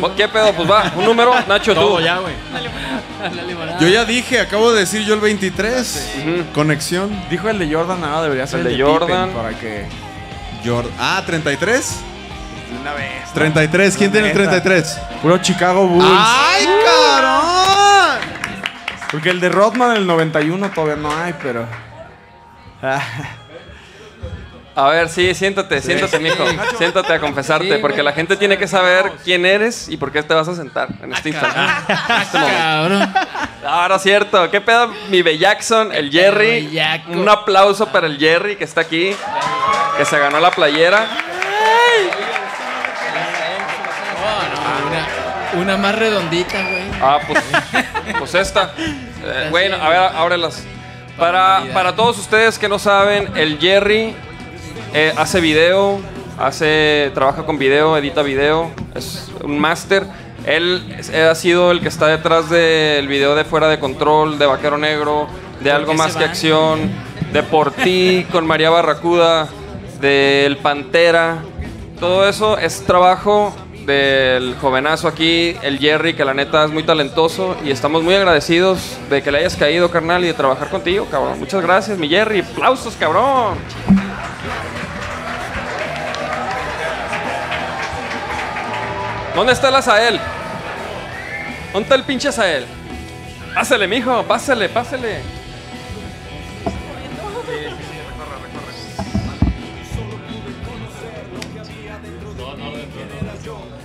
Pues, ¿Qué pedo? Pues va, un número, Nacho, tú. Todo ya, güey. Yo ya dije, acabo de decir yo el 23. Conexión. Dijo el de Jordan, nada, debería ser El el, de de, Pippen Jordan. para que Jordan. Ah, 33. una vez. 33, ¿quién La tiene el neta. 33? Puro Chicago Bulls. ¡Ay, cabrón! Porque el de Rodman del 91 todavía no hay, pero A ver, sí, siéntate, Sí. siéntate, mijo. Siéntate a confesarte, Sí, porque güey. la gente tiene que saber quién eres y por qué te vas a sentar en Ah, este instante. En este momento. Ah, Ahora es cierto. ¿Qué pedo? Mi Be Jackson, el Jerry. Un aplauso para el Jerry que está aquí, que se ganó la playera. Oh, Una, una más redondita, güey. Ah, pues, pues esta. Eh, bueno, a ver, ábrelas. Para, para todos ustedes que no saben, el Jerry eh, hace video, hace, trabaja con video, edita video, es un máster. Él es- eh, ha sido el que está detrás del video de Fuera de Control, de Vaquero Negro, de Algo qué Más se que van? Acción, de Por Ti, con María Barracuda, del Pantera. Todo eso es trabajo del jovenazo aquí, el Jerry, que la neta es muy talentoso y estamos muy agradecidos de que le hayas caído, carnal, y de trabajar contigo, cabrón. Muchas gracias, mi Jerry. Aplausos, cabrón. ¿Dónde está el Azael? ¿Dónde está el pinche Azael? Pásale, mijo, pásale, pásale.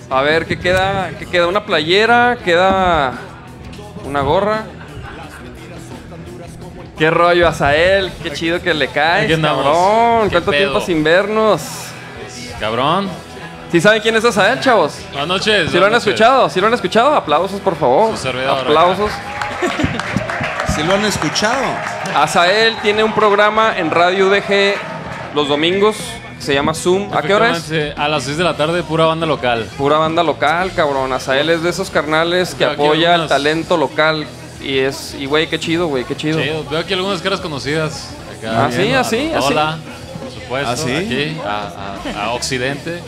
A ver, ¿qué queda? ¿Qué queda? Una playera, queda una gorra. Qué rollo, Azael, qué chido que le Aquí caes, andamos. cabrón. Qué ¿Cuánto pedo. tiempo sin vernos? Cabrón. ¿Sí saben quién es Azael, chavos? Buenas noches. Si lo han buenas noches. escuchado, si lo han escuchado, aplausos, por favor. Su servidor, aplausos. Si lo han escuchado. Azael tiene un programa en Radio DG los domingos, se llama Zoom. ¿A qué hora es? Efectivamente, A las 6 de la tarde, pura banda local. Pura banda local, cabrón. Azael es de esos carnales que Aquí apoya al algunas- talento local. Y es, y güey, qué chido, güey, qué chido. Chido. Veo aquí algunas caras conocidas. Acá Ah, sí, viendo a ah, sí, ah, sí. Lola, por supuesto. Ah, sí. Aquí, a, a- a Occidente.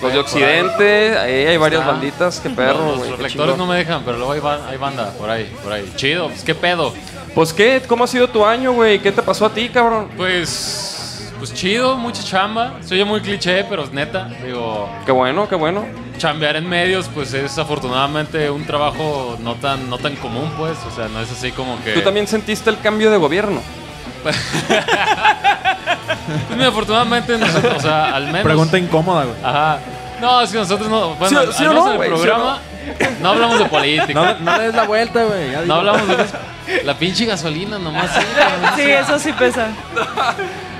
Los de Occidente, ahí hay varias Está. banditas, qué perro, Los- güey. Los qué reflectores chingón. no me dejan, pero luego hay, ba- hay banda por ahí, por ahí. Chido, pues qué pedo. Pues qué, ¿cómo ha sido tu año, güey? ¿Qué te pasó a ti, cabrón? Pues, pues chido, mucha chamba. Soy muy cliché, pero es neta. Digo, Qué bueno, qué bueno. chambear en medios, pues es afortunadamente un trabajo no tan, no tan común, pues. O sea, no es así como que. ¿Tú también sentiste el cambio de gobierno? Pues mira, afortunadamente, nosotros, o sea, al menos. Pregunta incómoda, güey. Ajá. No, es que nosotros no. Bueno, ¿Sí o- al- sí al o menos no, en güey? el ¿Sí o programa no? hablamos de política. No- no le des la vuelta, güey, ya No digo. hablamos de las- la pinche gasolina nomás. sí, cabrón, Sí, eso sí pesa.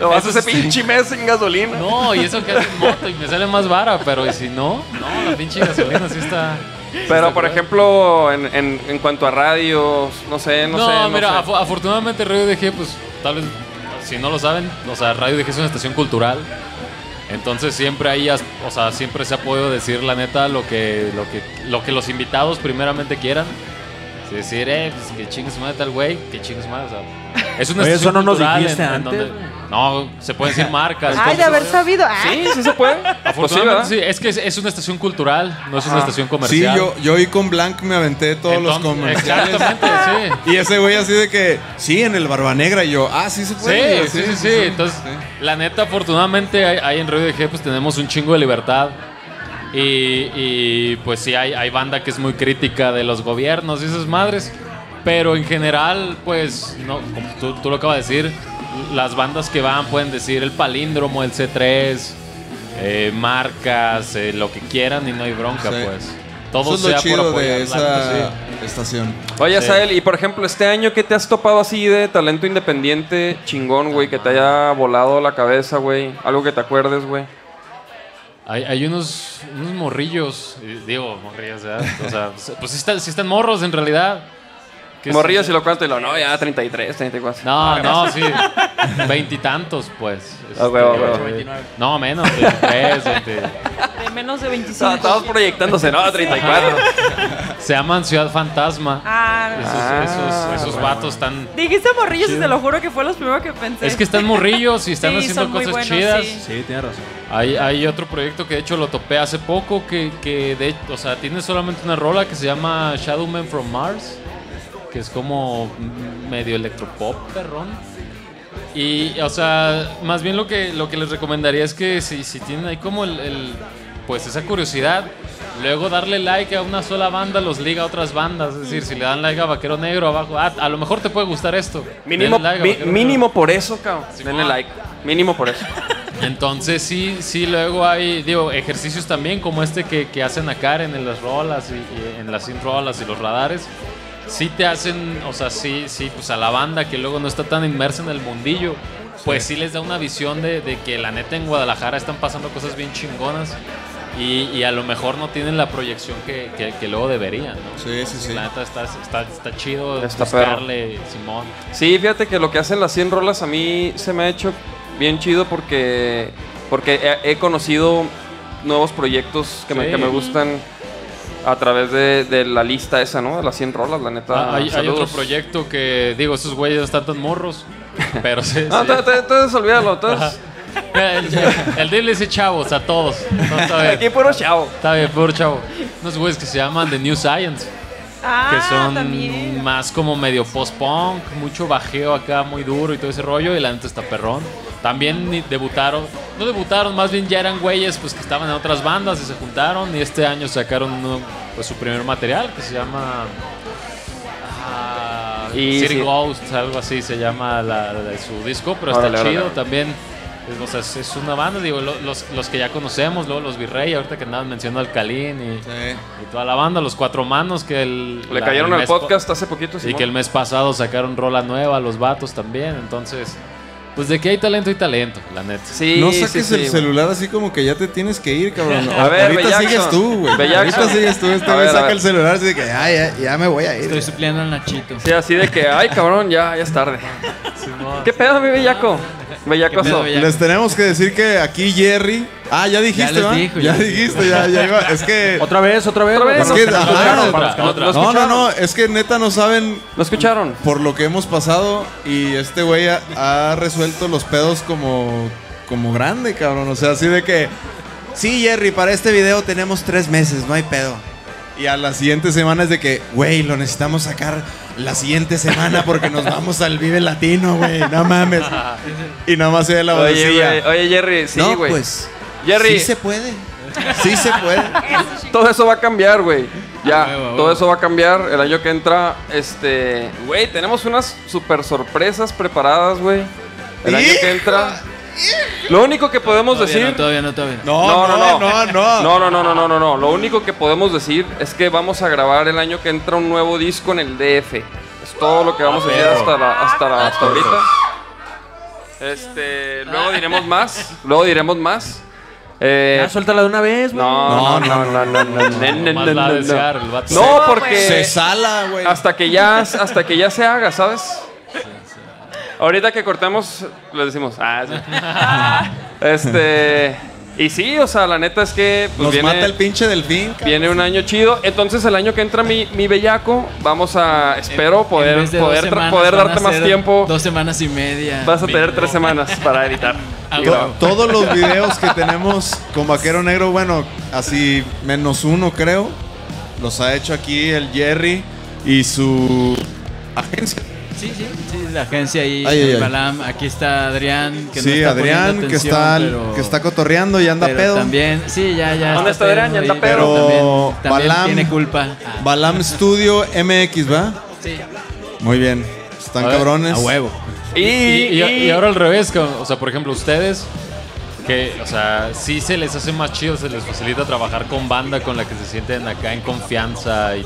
Nomás ese pinche mes sin gasolina. No, y eso que hace en moto y me sale más vara, pero y si no, no, la pinche gasolina sí está. Pero, por ejemplo, en, en, en cuanto a radios, no sé, no, No, sé. mira, no sé. afo- afortunadamente Radio DG, pues tal vez, si no lo saben, o sea, Radio DG es una estación cultural. Entonces siempre ahí, has- o sea, siempre se ha podido decir la neta lo que, lo que, lo que los invitados primeramente quieran. Es decir, eh, pues, que chingues madre tal güey, que chingues madre, o sea, es una Oye, eso estación no nos cultural dijiste antes, no, se pueden decir marcas. Ay, de cosas. haber sabido. Ah. Sí, sí se puede. Afortunadamente, Pues sí, sí, es que es, es una estación cultural, no es una Ajá. estación comercial. Sí, yo, yo hoy con Blanc me aventé todos los Entonces, comerciales. Exactamente, sí. Y ese güey así de que, sí, en el Barba Negra. Y yo, ah, sí se Sí, puede. Y yo, sí, sí, sí. Entonces, la neta, afortunadamente, ahí- ahí en Radio DG pues tenemos un chingo de libertad. Y, y, pues sí, hay, hay banda que es muy crítica de los gobiernos y esas madres. Pero en general, pues, no, como tú, tú lo acabas de decir, las bandas que van pueden decir el palíndromo, el C3, eh, marcas, eh, lo que quieran y no hay bronca, Sí. pues. Eso Todo es lo sea por chido apoyar de la neta, sí. esa estación. Oye, Sí. Sael, y por ejemplo, este año, ¿qué te has topado así de talento independiente chingón, güey? Que te haya volado la cabeza, güey. Algo que te acuerdes, güey. Hay, hay unos, unos morrillos, eh, digo, morrillos, ¿verdad? O sea, pues sí están, sí están morros en realidad. ¿Qué Morrillo es? si lo cuento y lo, no, ya 33, 34. No, no, sí. Veintitantos, pues. Ah, huevo, huevo. Este, 29. No, menos, 23, 20. De menos de 25. No, estamos proyectándose, no, 34. Se llaman Ciudad Fantasma. Ah, no. Esos, Ah, esos, esos bueno. vatos están. Dijiste morrillos y Chido. te lo juro que fue los primeros que pensé. Es que están morrillos y están Sí, haciendo son muy buenos, cosas chidas. sí. tienes razón. Hay, hay otro proyecto que de hecho lo topé hace poco que, que de, o sea, tiene solamente una rola que se llama Shadow Man from Mars, que es como medio electropop, perrón. Y, o sea, más bien lo que, lo que les recomendaría es que si, si tienen ahí como el, el- pues esa curiosidad, luego darle like a una sola banda los liga a otras bandas. Es decir, si le dan like a Vaquero Negro abajo, ah, a lo mejor te puede gustar esto. Mínimo, Denle like a mi- Vaquero Negro. mínimo por eso, cabrón. Denle like. Mínimo por eso. Entonces sí, sí, luego hay, digo, ejercicios también como este que, que hacen a Karen en las rolas y, y en las sin rolas y los radares. Sí te hacen, o sea, sí, sí, pues a la banda que luego no está tan inmersa en el mundillo, pues sí, les da una visión de, de que la neta en Guadalajara están pasando cosas bien chingonas y, y a lo mejor no tienen la proyección que, que- que luego deberían, ¿no? Sí, sí, sí. La neta está, está, está chido Está perro. buscarle, Simón. Sí, fíjate que lo que hacen las 100 rolas a mí se me ha hecho bien chido porque, porque he, he conocido nuevos proyectos que, me, Sí. que me gustan a través de, de la lista esa, ¿no? De las 100 rolas, la neta. Ah, hay, hay Saludos. otro proyecto que, digo, esos güeyes no están tan morros, pero se- No, se- Ah, te- te- entonces olvídalo, Ajá. entonces. El, el deal dice chavos a todos. No, está bien. Aquí puro chavo. Está bien, puro chavo. Unos güeyes que se llaman The New Science. Ah, que son también. más como medio post-punk, mucho bajeo acá, muy duro y todo ese rollo. Y la neta está perrón. También ni- debutaron, no debutaron, más bien ya eran güeyes pues que estaban en otras bandas y se juntaron. Y este año sacaron uno, pues, su primer material que se llama. ah, Y City sí. Ghosts, algo así se llama la- la- su disco, pero Órale, está órale, chido órale. también. es- o sea, es- es una banda, digo, lo- los, los que ya conocemos, luego los Virrey, ahorita que andaban mencionando al Calín y, y toda la banda, los Cuatro Manos que el, Le la- cayeron el al mes po- podcast hace poquito, y Simón. que el mes pasado sacaron rola nueva, los vatos también, entonces, pues de que hay talento y talento, la neta. Sí, no saques el celular así como que ya te tienes que ir, cabrón. A ver, ahorita Bellaxon. sigues tú, güey. Ahorita Bellaxon. sigues tú. Este A güey ver, a saca ver. el celular así de que "Ah, ya, ya me voy a ir. Estoy supliendo al Nachito. Sí, así de que, ay, cabrón, ya, ya es tarde. ¿Qué pedo, mi bellaco? Bellacoso. Les tenemos que decir que aquí Jerry. Ah, ya dijiste, les ¿va? dijo, ya ya les dijiste, dijo. ya, ya iba. Es que. Otra vez, otra vez. Es para que- los que no ajá. escucharon, para los que no- No, no, no. Es que neta no saben. ¿Lo escucharon? Por lo que hemos pasado. Y este güey ha, ha resuelto los pedos como. Como grande, cabrón. O sea, así de que. Sí, Jerry, para este video tenemos tres meses, no hay pedo. Y a la siguiente semana es de que, güey, lo necesitamos sacar la siguiente semana porque nos vamos al Vive Latino, güey. No mames. Y nada más se ve la Oye, vocecilla. güey, oye, Jerry, sí, No, güey. pues, Jerry. sí se puede. Sí se puede. Todo eso va a cambiar, güey. Ya, todo eso va a cambiar el año que entra. Este, güey, tenemos unas super sorpresas preparadas, güey. El año que entra. Lo único que podemos Todavía decir. no, todavía no, todavía no. No, no, no, no, no. No, no, no, no, no, no, no. Lo único que podemos decir es que vamos a grabar el año que entra un nuevo disco en el DF. Es todo lo que vamos a decir perro. hasta, la- hasta, la- hasta ahorita. Este, luego diremos más. Luego diremos más. Eh, Ya, suéltala de una vez, güey. no, no, no, no, no, no, no, no, Nomás no, la no, de no. Sear, el vato. No, porque Se sala, güey. Hasta que ya, hasta que ya se haga, ¿sabes? Ahorita que cortamos, le decimos, ah, sí. este, y sí, o sea, la neta es que pues, Nos viene, mata el pinche delfín. viene un año chido. Entonces el año que entra mi, mi bellaco, vamos a, espero En poder, vez de dos poder, tra- semanas poder van a darte más ser tiempo. Dos semanas y media. Vas a tener tres semanas para editar. Ah, Y To- grabar. todos los videos que tenemos con Vaquero Negro, bueno, así menos uno creo, los ha hecho aquí el Jerry y su agencia. Sí, sí, sí, la agencia ahí, Ay, ay, ay. Balam. Aquí está Adrián, que no sí, está Adrián, poniendo que, atención, está, pero- que está cotorreando y anda pero pedo. También, sí, ya, ya. ¿Dónde está Adrián? Ya ahí, está pero también, también Balam- tiene culpa. Balam Studio MX, ¿va? Sí. Muy bien. Están A ver, cabrones. a huevo. Y, y- y- y ahora al revés, con- o sea, por ejemplo, ustedes, que, o sea, sí se les hace más chido, se les facilita trabajar con banda con la que se sienten acá en confianza. Y,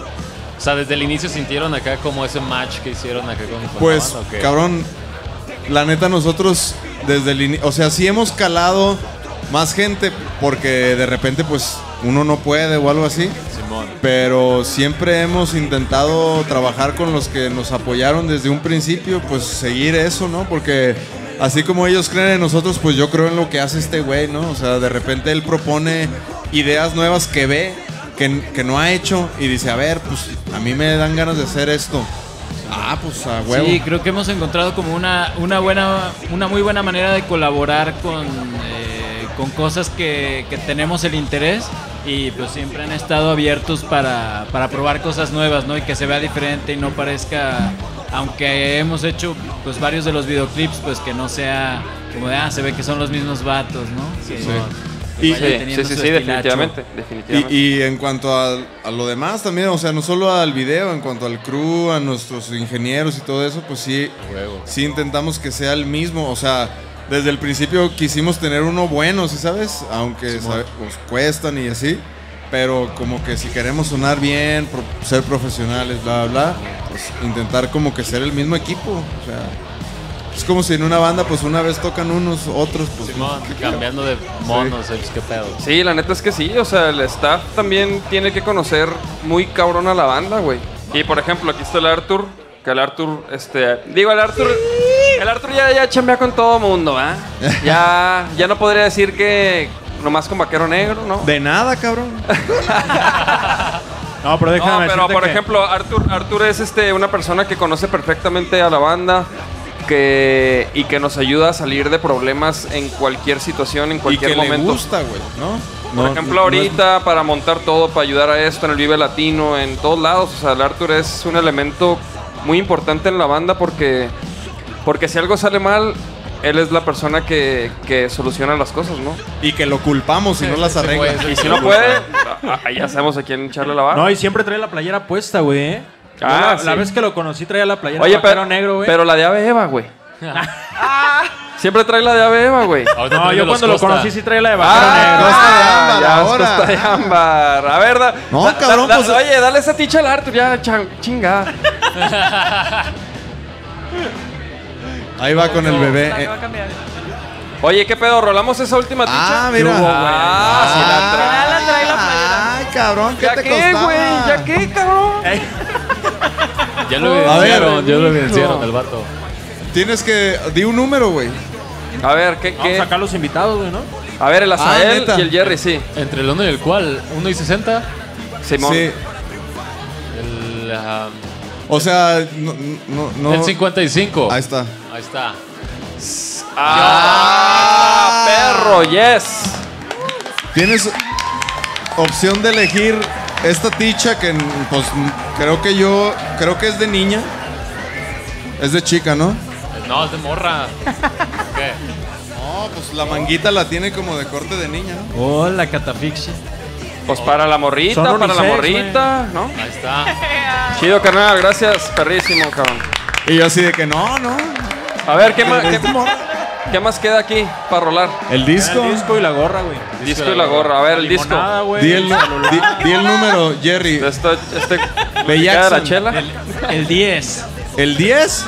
o sea, desde el inicio sintieron acá como ese match que hicieron acá con, con la Pues, banda, ¿o qué? cabrón, la neta nosotros desde el inicio, o sea, sí hemos calado más gente porque de repente pues uno no puede o algo así. Simón. Pero siempre hemos intentado trabajar con los que nos apoyaron desde un principio, pues seguir eso, ¿no? Porque así como ellos creen en nosotros, pues yo creo en lo que hace este güey, ¿no? O sea, de repente él propone ideas nuevas que ve, que, que no ha hecho, y dice, a ver, pues a mí me dan ganas de hacer esto. Ah, pues a huevo. Sí, creo que hemos encontrado como una, una, buena, una muy buena manera de colaborar con, eh, con cosas que, que tenemos el interés y pues siempre han estado abiertos para, para probar cosas nuevas, ¿no? Y que se vea diferente y no parezca, aunque hemos hecho pues varios de los videoclips, pues que no sea como de, ah, se ve que son los mismos vatos, ¿no? Que- Sí. que Y- vaya Sí, teniendo sí, su sí, estilacho. definitivamente, definitivamente. Y, y en cuanto a, a lo demás también, o sea, no solo al video, en cuanto al crew, a nuestros ingenieros y todo eso, pues sí, sí intentamos que sea el mismo, o sea, desde el principio quisimos tener uno bueno, ¿sí sabes? Aunque sabe- pues, cuestan y así, pero como que si queremos sonar bien, pro- ser profesionales, bla, bla, bla, pues intentar como que ser el mismo equipo, o sea... Es como si en una banda, pues una vez tocan unos, otros, pues... Simón, cambiando de monos, eh, pues, qué pedo. Sí, la neta es que sí, o sea, el staff también tiene que conocer muy cabrón a la banda, güey. Y por ejemplo, aquí está el Arthur, que el Arthur, este, digo, el Arthur, el Arthur ya, ya chambea con todo mundo, ¿ah? Ya, ya no podría decir que nomás con Vaquero Negro, ¿no? De nada, cabrón. No, pero déjame No, pero decirte por que- ejemplo, Arthur, Arthur es este, una persona que conoce perfectamente a la banda que, y que nos ayuda a salir de problemas en cualquier situación, en Y cualquier que le momento. gusta, güey, ¿no? Por No, ejemplo, no es- ahorita para montar todo, para ayudar a esto en el Vive Latino, en todos lados. O sea, el Arthur es un elemento muy importante en la banda porque, porque si algo sale mal, él es la persona que, que soluciona las cosas, ¿no? Y que lo culpamos si no las arregla. Y si no puede, a- a- ya sabemos a quién echarle la barra. No, y siempre trae la playera puesta, güey. ¿eh? Yo Ah, la, la sí. vez que lo conocí traía la playera Oye, vaquero pero, negro, güey. pero la de Ave Eva, güey. Siempre trae la de Ave Eva, güey. No, yo cuando lo conocí sí traía la de vaquero Ah, negro. ya, Costa de ámbar. A ver, da- No, da- cabrón, da- pues- Oye, dale esa ticha al Arthur, ya, chan- chinga. Ahí va con el bebé. eh. Oye, ¿qué pedo? ¿Rolamos esa última ticha? Ah, mira. Ah, sí la trae. Ah, Ay, cabrón, ¿qué ¿Ya te qué, costaba? güey? ¿Ya qué, cabrón? Ya lo A evidenciaron, ver, ya lo hijo. evidenciaron el vato. Tienes que. Di un número, güey. A ver, ¿qué, Vamos qué? a sacar los invitados, güey, ¿no? A ver, el Azael Azael y el Jerry, sí. Entre el uno y el cual, uno y 60. Simón. Sí. El, ah, O sea, no. no, no- el 55. Ahí está. Ahí está. ¡Ah! ¡Perro, yes! Tienes opción de elegir esta ticha que, pues, creo que yo. Creo que es de niña. Es de chica, ¿no? No, es de morra. ¿Qué? No, pues la manguita la tiene como de corte de niña, ¿no? Hola, Catafixia. Pues para la morrita, Son para la unisex, morrita, ¿no? Ahí está. Chido, carnal, gracias, perrísimo, cabrón. Y yo así de que no, no. A ver, ¿qué más, qué, qué más queda aquí para rolar? El disco. El disco y la gorra, güey. Disco y la gorra, a ver, el disco. limonada, güey, Di el, el celular. di- di el número, Jerry. Esto, este, Bellaxon. la chela? El 10. ¿El 10?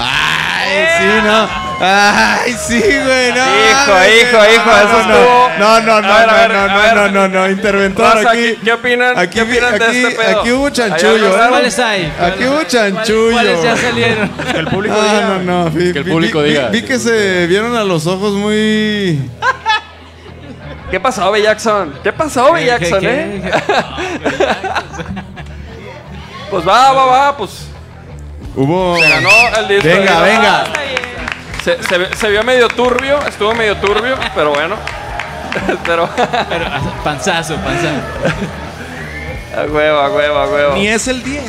Ay, sí, no. Ay, sí, güey, no. Hijo, mames, hijo, no, hijo, no, eso no, estuvo- No, no, no, A ver, a ver, no, a no, ver. no, no, no, no, interventor Raza, aquí. ¿qué- qué opinan? Aquí, ¿Qué opinan de aquí- este pedo? Aquí hubo Allá chanchullo. atrás, ¿eh? ¿cuáles hay? Aquí hubo chanchullo. ¿Cuáles ya salieron? Que el público Ah, diga, no, güey. no. vi- Que el vi- público vi- diga. Vi que se vieron a los ojos muy. ¿Qué pasó, B. Jackson? ¿Qué pasó, B. ¿Qué, Jackson, qué, eh? pues va, va, va, pues. Hubo. Se ganó el disco. Venga, Ah, venga. Se, se ve- se vio medio turbio, estuvo medio turbio, pero bueno. pero. Panzazo, panzazo. A huevo, a huevo, a huevo. Ni es el 10.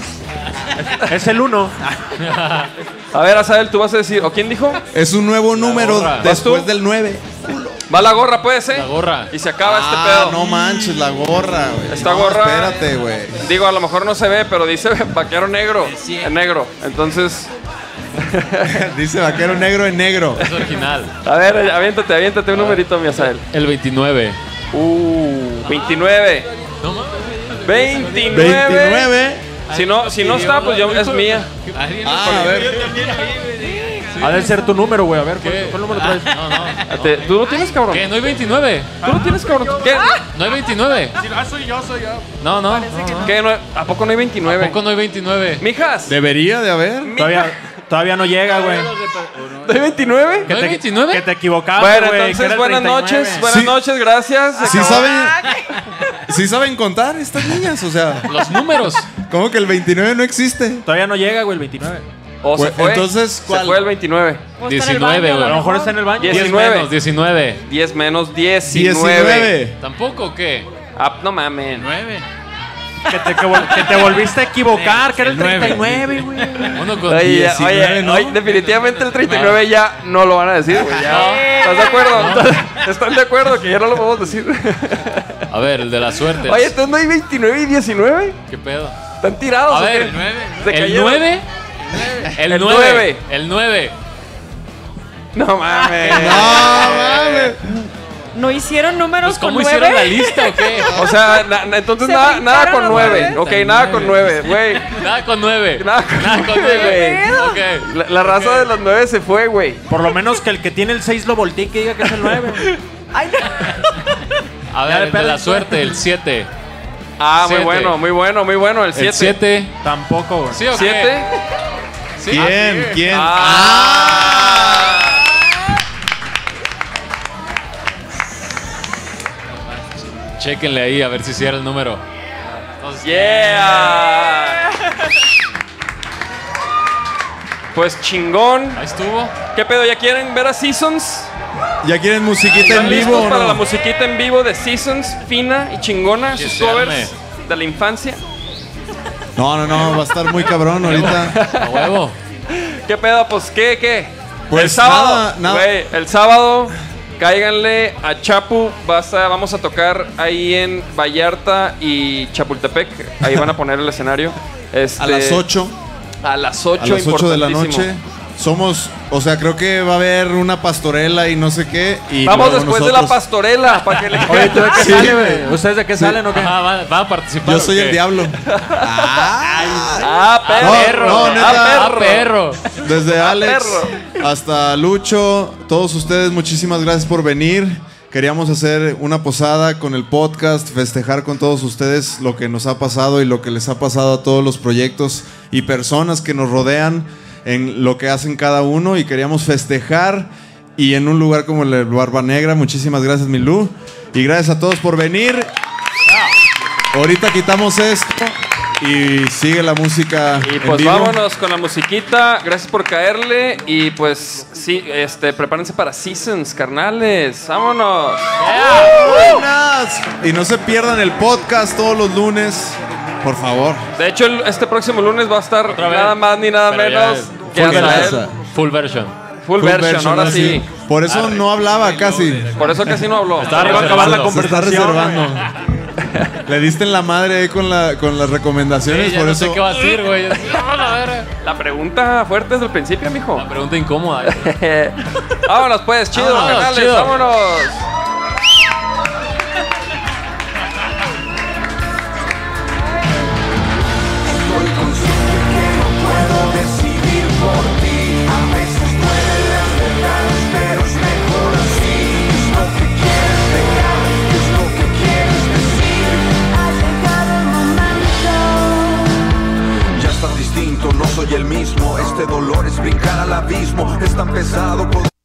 Es el 1. A ver, Azael, tú vas a decir. ¿O quién dijo? Es un nuevo número gorra. ¿Vas después tú? del 9. Va la gorra, pues, eh. La gorra. Y se acaba este Ah, pedo. no manches, la gorra, güey. Esta No, gorra- Espérate, güey. Digo, a lo mejor no se ve, pero dice vaquero negro. En negro. Entonces. Dice vaquero negro en negro. Es original. A ver, eh, aviéntate, aviéntate un numerito, mi Azael. El 29. Uh, 29. 29. 29. Si no, si no está, pues yo, es mía. Ah, a ver. Ha de ser tu número, güey. A ver, ¿Qué? ¿cuál, cuál número traes? No, no. Te- ¿Tú no tienes, cabrón? ¿Qué? ¿No hay 29? ¿Tú no tienes, cabrón? ¿Qué? ¿No hay 29? Ah, soy yo, soy yo. No, no. ¿Qué? ¿No hay- ¿A poco no hay 29? ¿A poco no hay 29? ¿Mijas? Debería de haber. Todavía, todavía no llega, güey. ¿No hay 29? ¿Que te- Que te equivocaste, Bueno, güey, que era entonces, el buenas 39. noches. Buenas noches, gracias. Se ¿Sí acabó. saben, ¿Sí saben contar estas niñas? O sea... Los números. ¿Cómo que el 29 no existe? Todavía no llega, güey, el 29. O se Pues, fue. entonces, ¿cuál? Se fue el 29. O está en el baño, 19, güey. A lo mejor está en el baño. 10 menos 19. 10 menos 19. 19. ¿Tampoco o qué? Ah, no mames. 9. Que te, que vol- que te volviste a equivocar, que era el nueve. 39, güey. Uno con Oye, ya- 19, oye, ¿no? oye, definitivamente el 39 ya no lo van a decir, güey. ya. Eh, ¿Estás de acuerdo? ¿Están de acuerdo que ya no lo podemos decir? A ver, el de la suerte. Oye, entonces no hay 29 y 19. ¿Qué pedo? Están tirados. A ¿o qué? ver, Se el 9. ¿El cayeron. 9? El Pues, El 9. nueve. El 9. No mames. ¿No hicieron números Pues, ¿Cómo con hicieron la nueve? lista o qué? O sea, na- na- entonces Se nada, nada con brincaron los 9. Ok, nada con 9, güey. Nada con 9. Nada con Nada con 9, 9. güey. Ok. La, la raza de los 9 se fue, güey. Por lo menos que el que tiene el 6 lo voltee y que diga que es el 9. A Ya ver, le el de la perdí. suerte, el 7. Ah, Siete. muy bueno, muy bueno, muy bueno. El 7. El 7. Tampoco, güey. ¿Sí o qué? ¿Siete? Ah, ¿Sí? Ah, ¿Quién? ¿Quién? Chequenle ahí a ver si cierra el número. Yeah. Pues chingón. Ahí estuvo. ¿Qué pedo? ¿Ya quieren ver a Seasons? ¿Ya quieren musiquita ¿Están en listos vivo o para la no? musiquita en vivo de Seasons, fina y chingona, Que sus se covers arme. de la infancia? No, no, no, va a estar muy cabrón ahorita. A huevo. ¿Qué pedo? Pues qué, qué. Pues el sábado, nada, nada. güey, el sábado, cáiganle a Chapu, vas a- vamos a tocar ahí en Vallarta y Chapultepec, ahí van a poner el escenario. Este, A las 8. A las A 8, las 8 de la importantísimo. noche. Somos, o sea, creo que va a haber una pastorela y no sé qué. Y Vamos luego después de la nosotros. pastorela, para que le Oye, ¿tú de qué Sí. sale, güey? ¿Ustedes de qué salen o qué? Ah, va, va a participar. Yo soy ¿o el qué? diablo. Ah, perro. perro. no, neta. Ah, perro. Desde Alex hasta Lucho, todos ustedes, muchísimas gracias por venir. Queríamos hacer una posada con el podcast, festejar con todos ustedes lo que nos ha pasado y lo que les ha pasado a todos los proyectos y personas que nos rodean en lo que hacen cada uno y queríamos festejar y en un lugar como el Barba Negra. Muchísimas gracias, Milú. Y gracias a todos por venir. Ahorita quitamos esto y sigue la música. Y en pues vivo. vámonos con la musiquita. Gracias por caerle. Y pues sí, este, prepárense para Seasons, carnales. Vámonos. Buenas. Y no se pierdan el podcast todos los lunes, por favor. De hecho, el- este próximo lunes va a estar Otra vez. nada más ni nada Pero ya menos es que full Azael. version. Full version. Full, version, ahora sí. Por eso no hablaba casi. Por eso casi no habló. Está Ahí va a acabar la Se está conversación. reservando. Le diste en la madre ahí con, la, con las recomendaciones, Sí, ya por no eso. sé qué va a decir, güey. Ah, la verga. La pregunta fuerte desde el principio, mijo. La pregunta incómoda. güey. vámonos pues, chido, Vámonos, carnales, chido. vámonos. Soy consciente que no puedo decidir por ti. A veces duelen las verdades, pero es mejor así. Es lo que quieres dejar, es lo que quieres decir. Ha llegado el momento. Ya estás distinto, no soy el mismo. Este dolor es brincar al abismo. Es tan pesado. poder-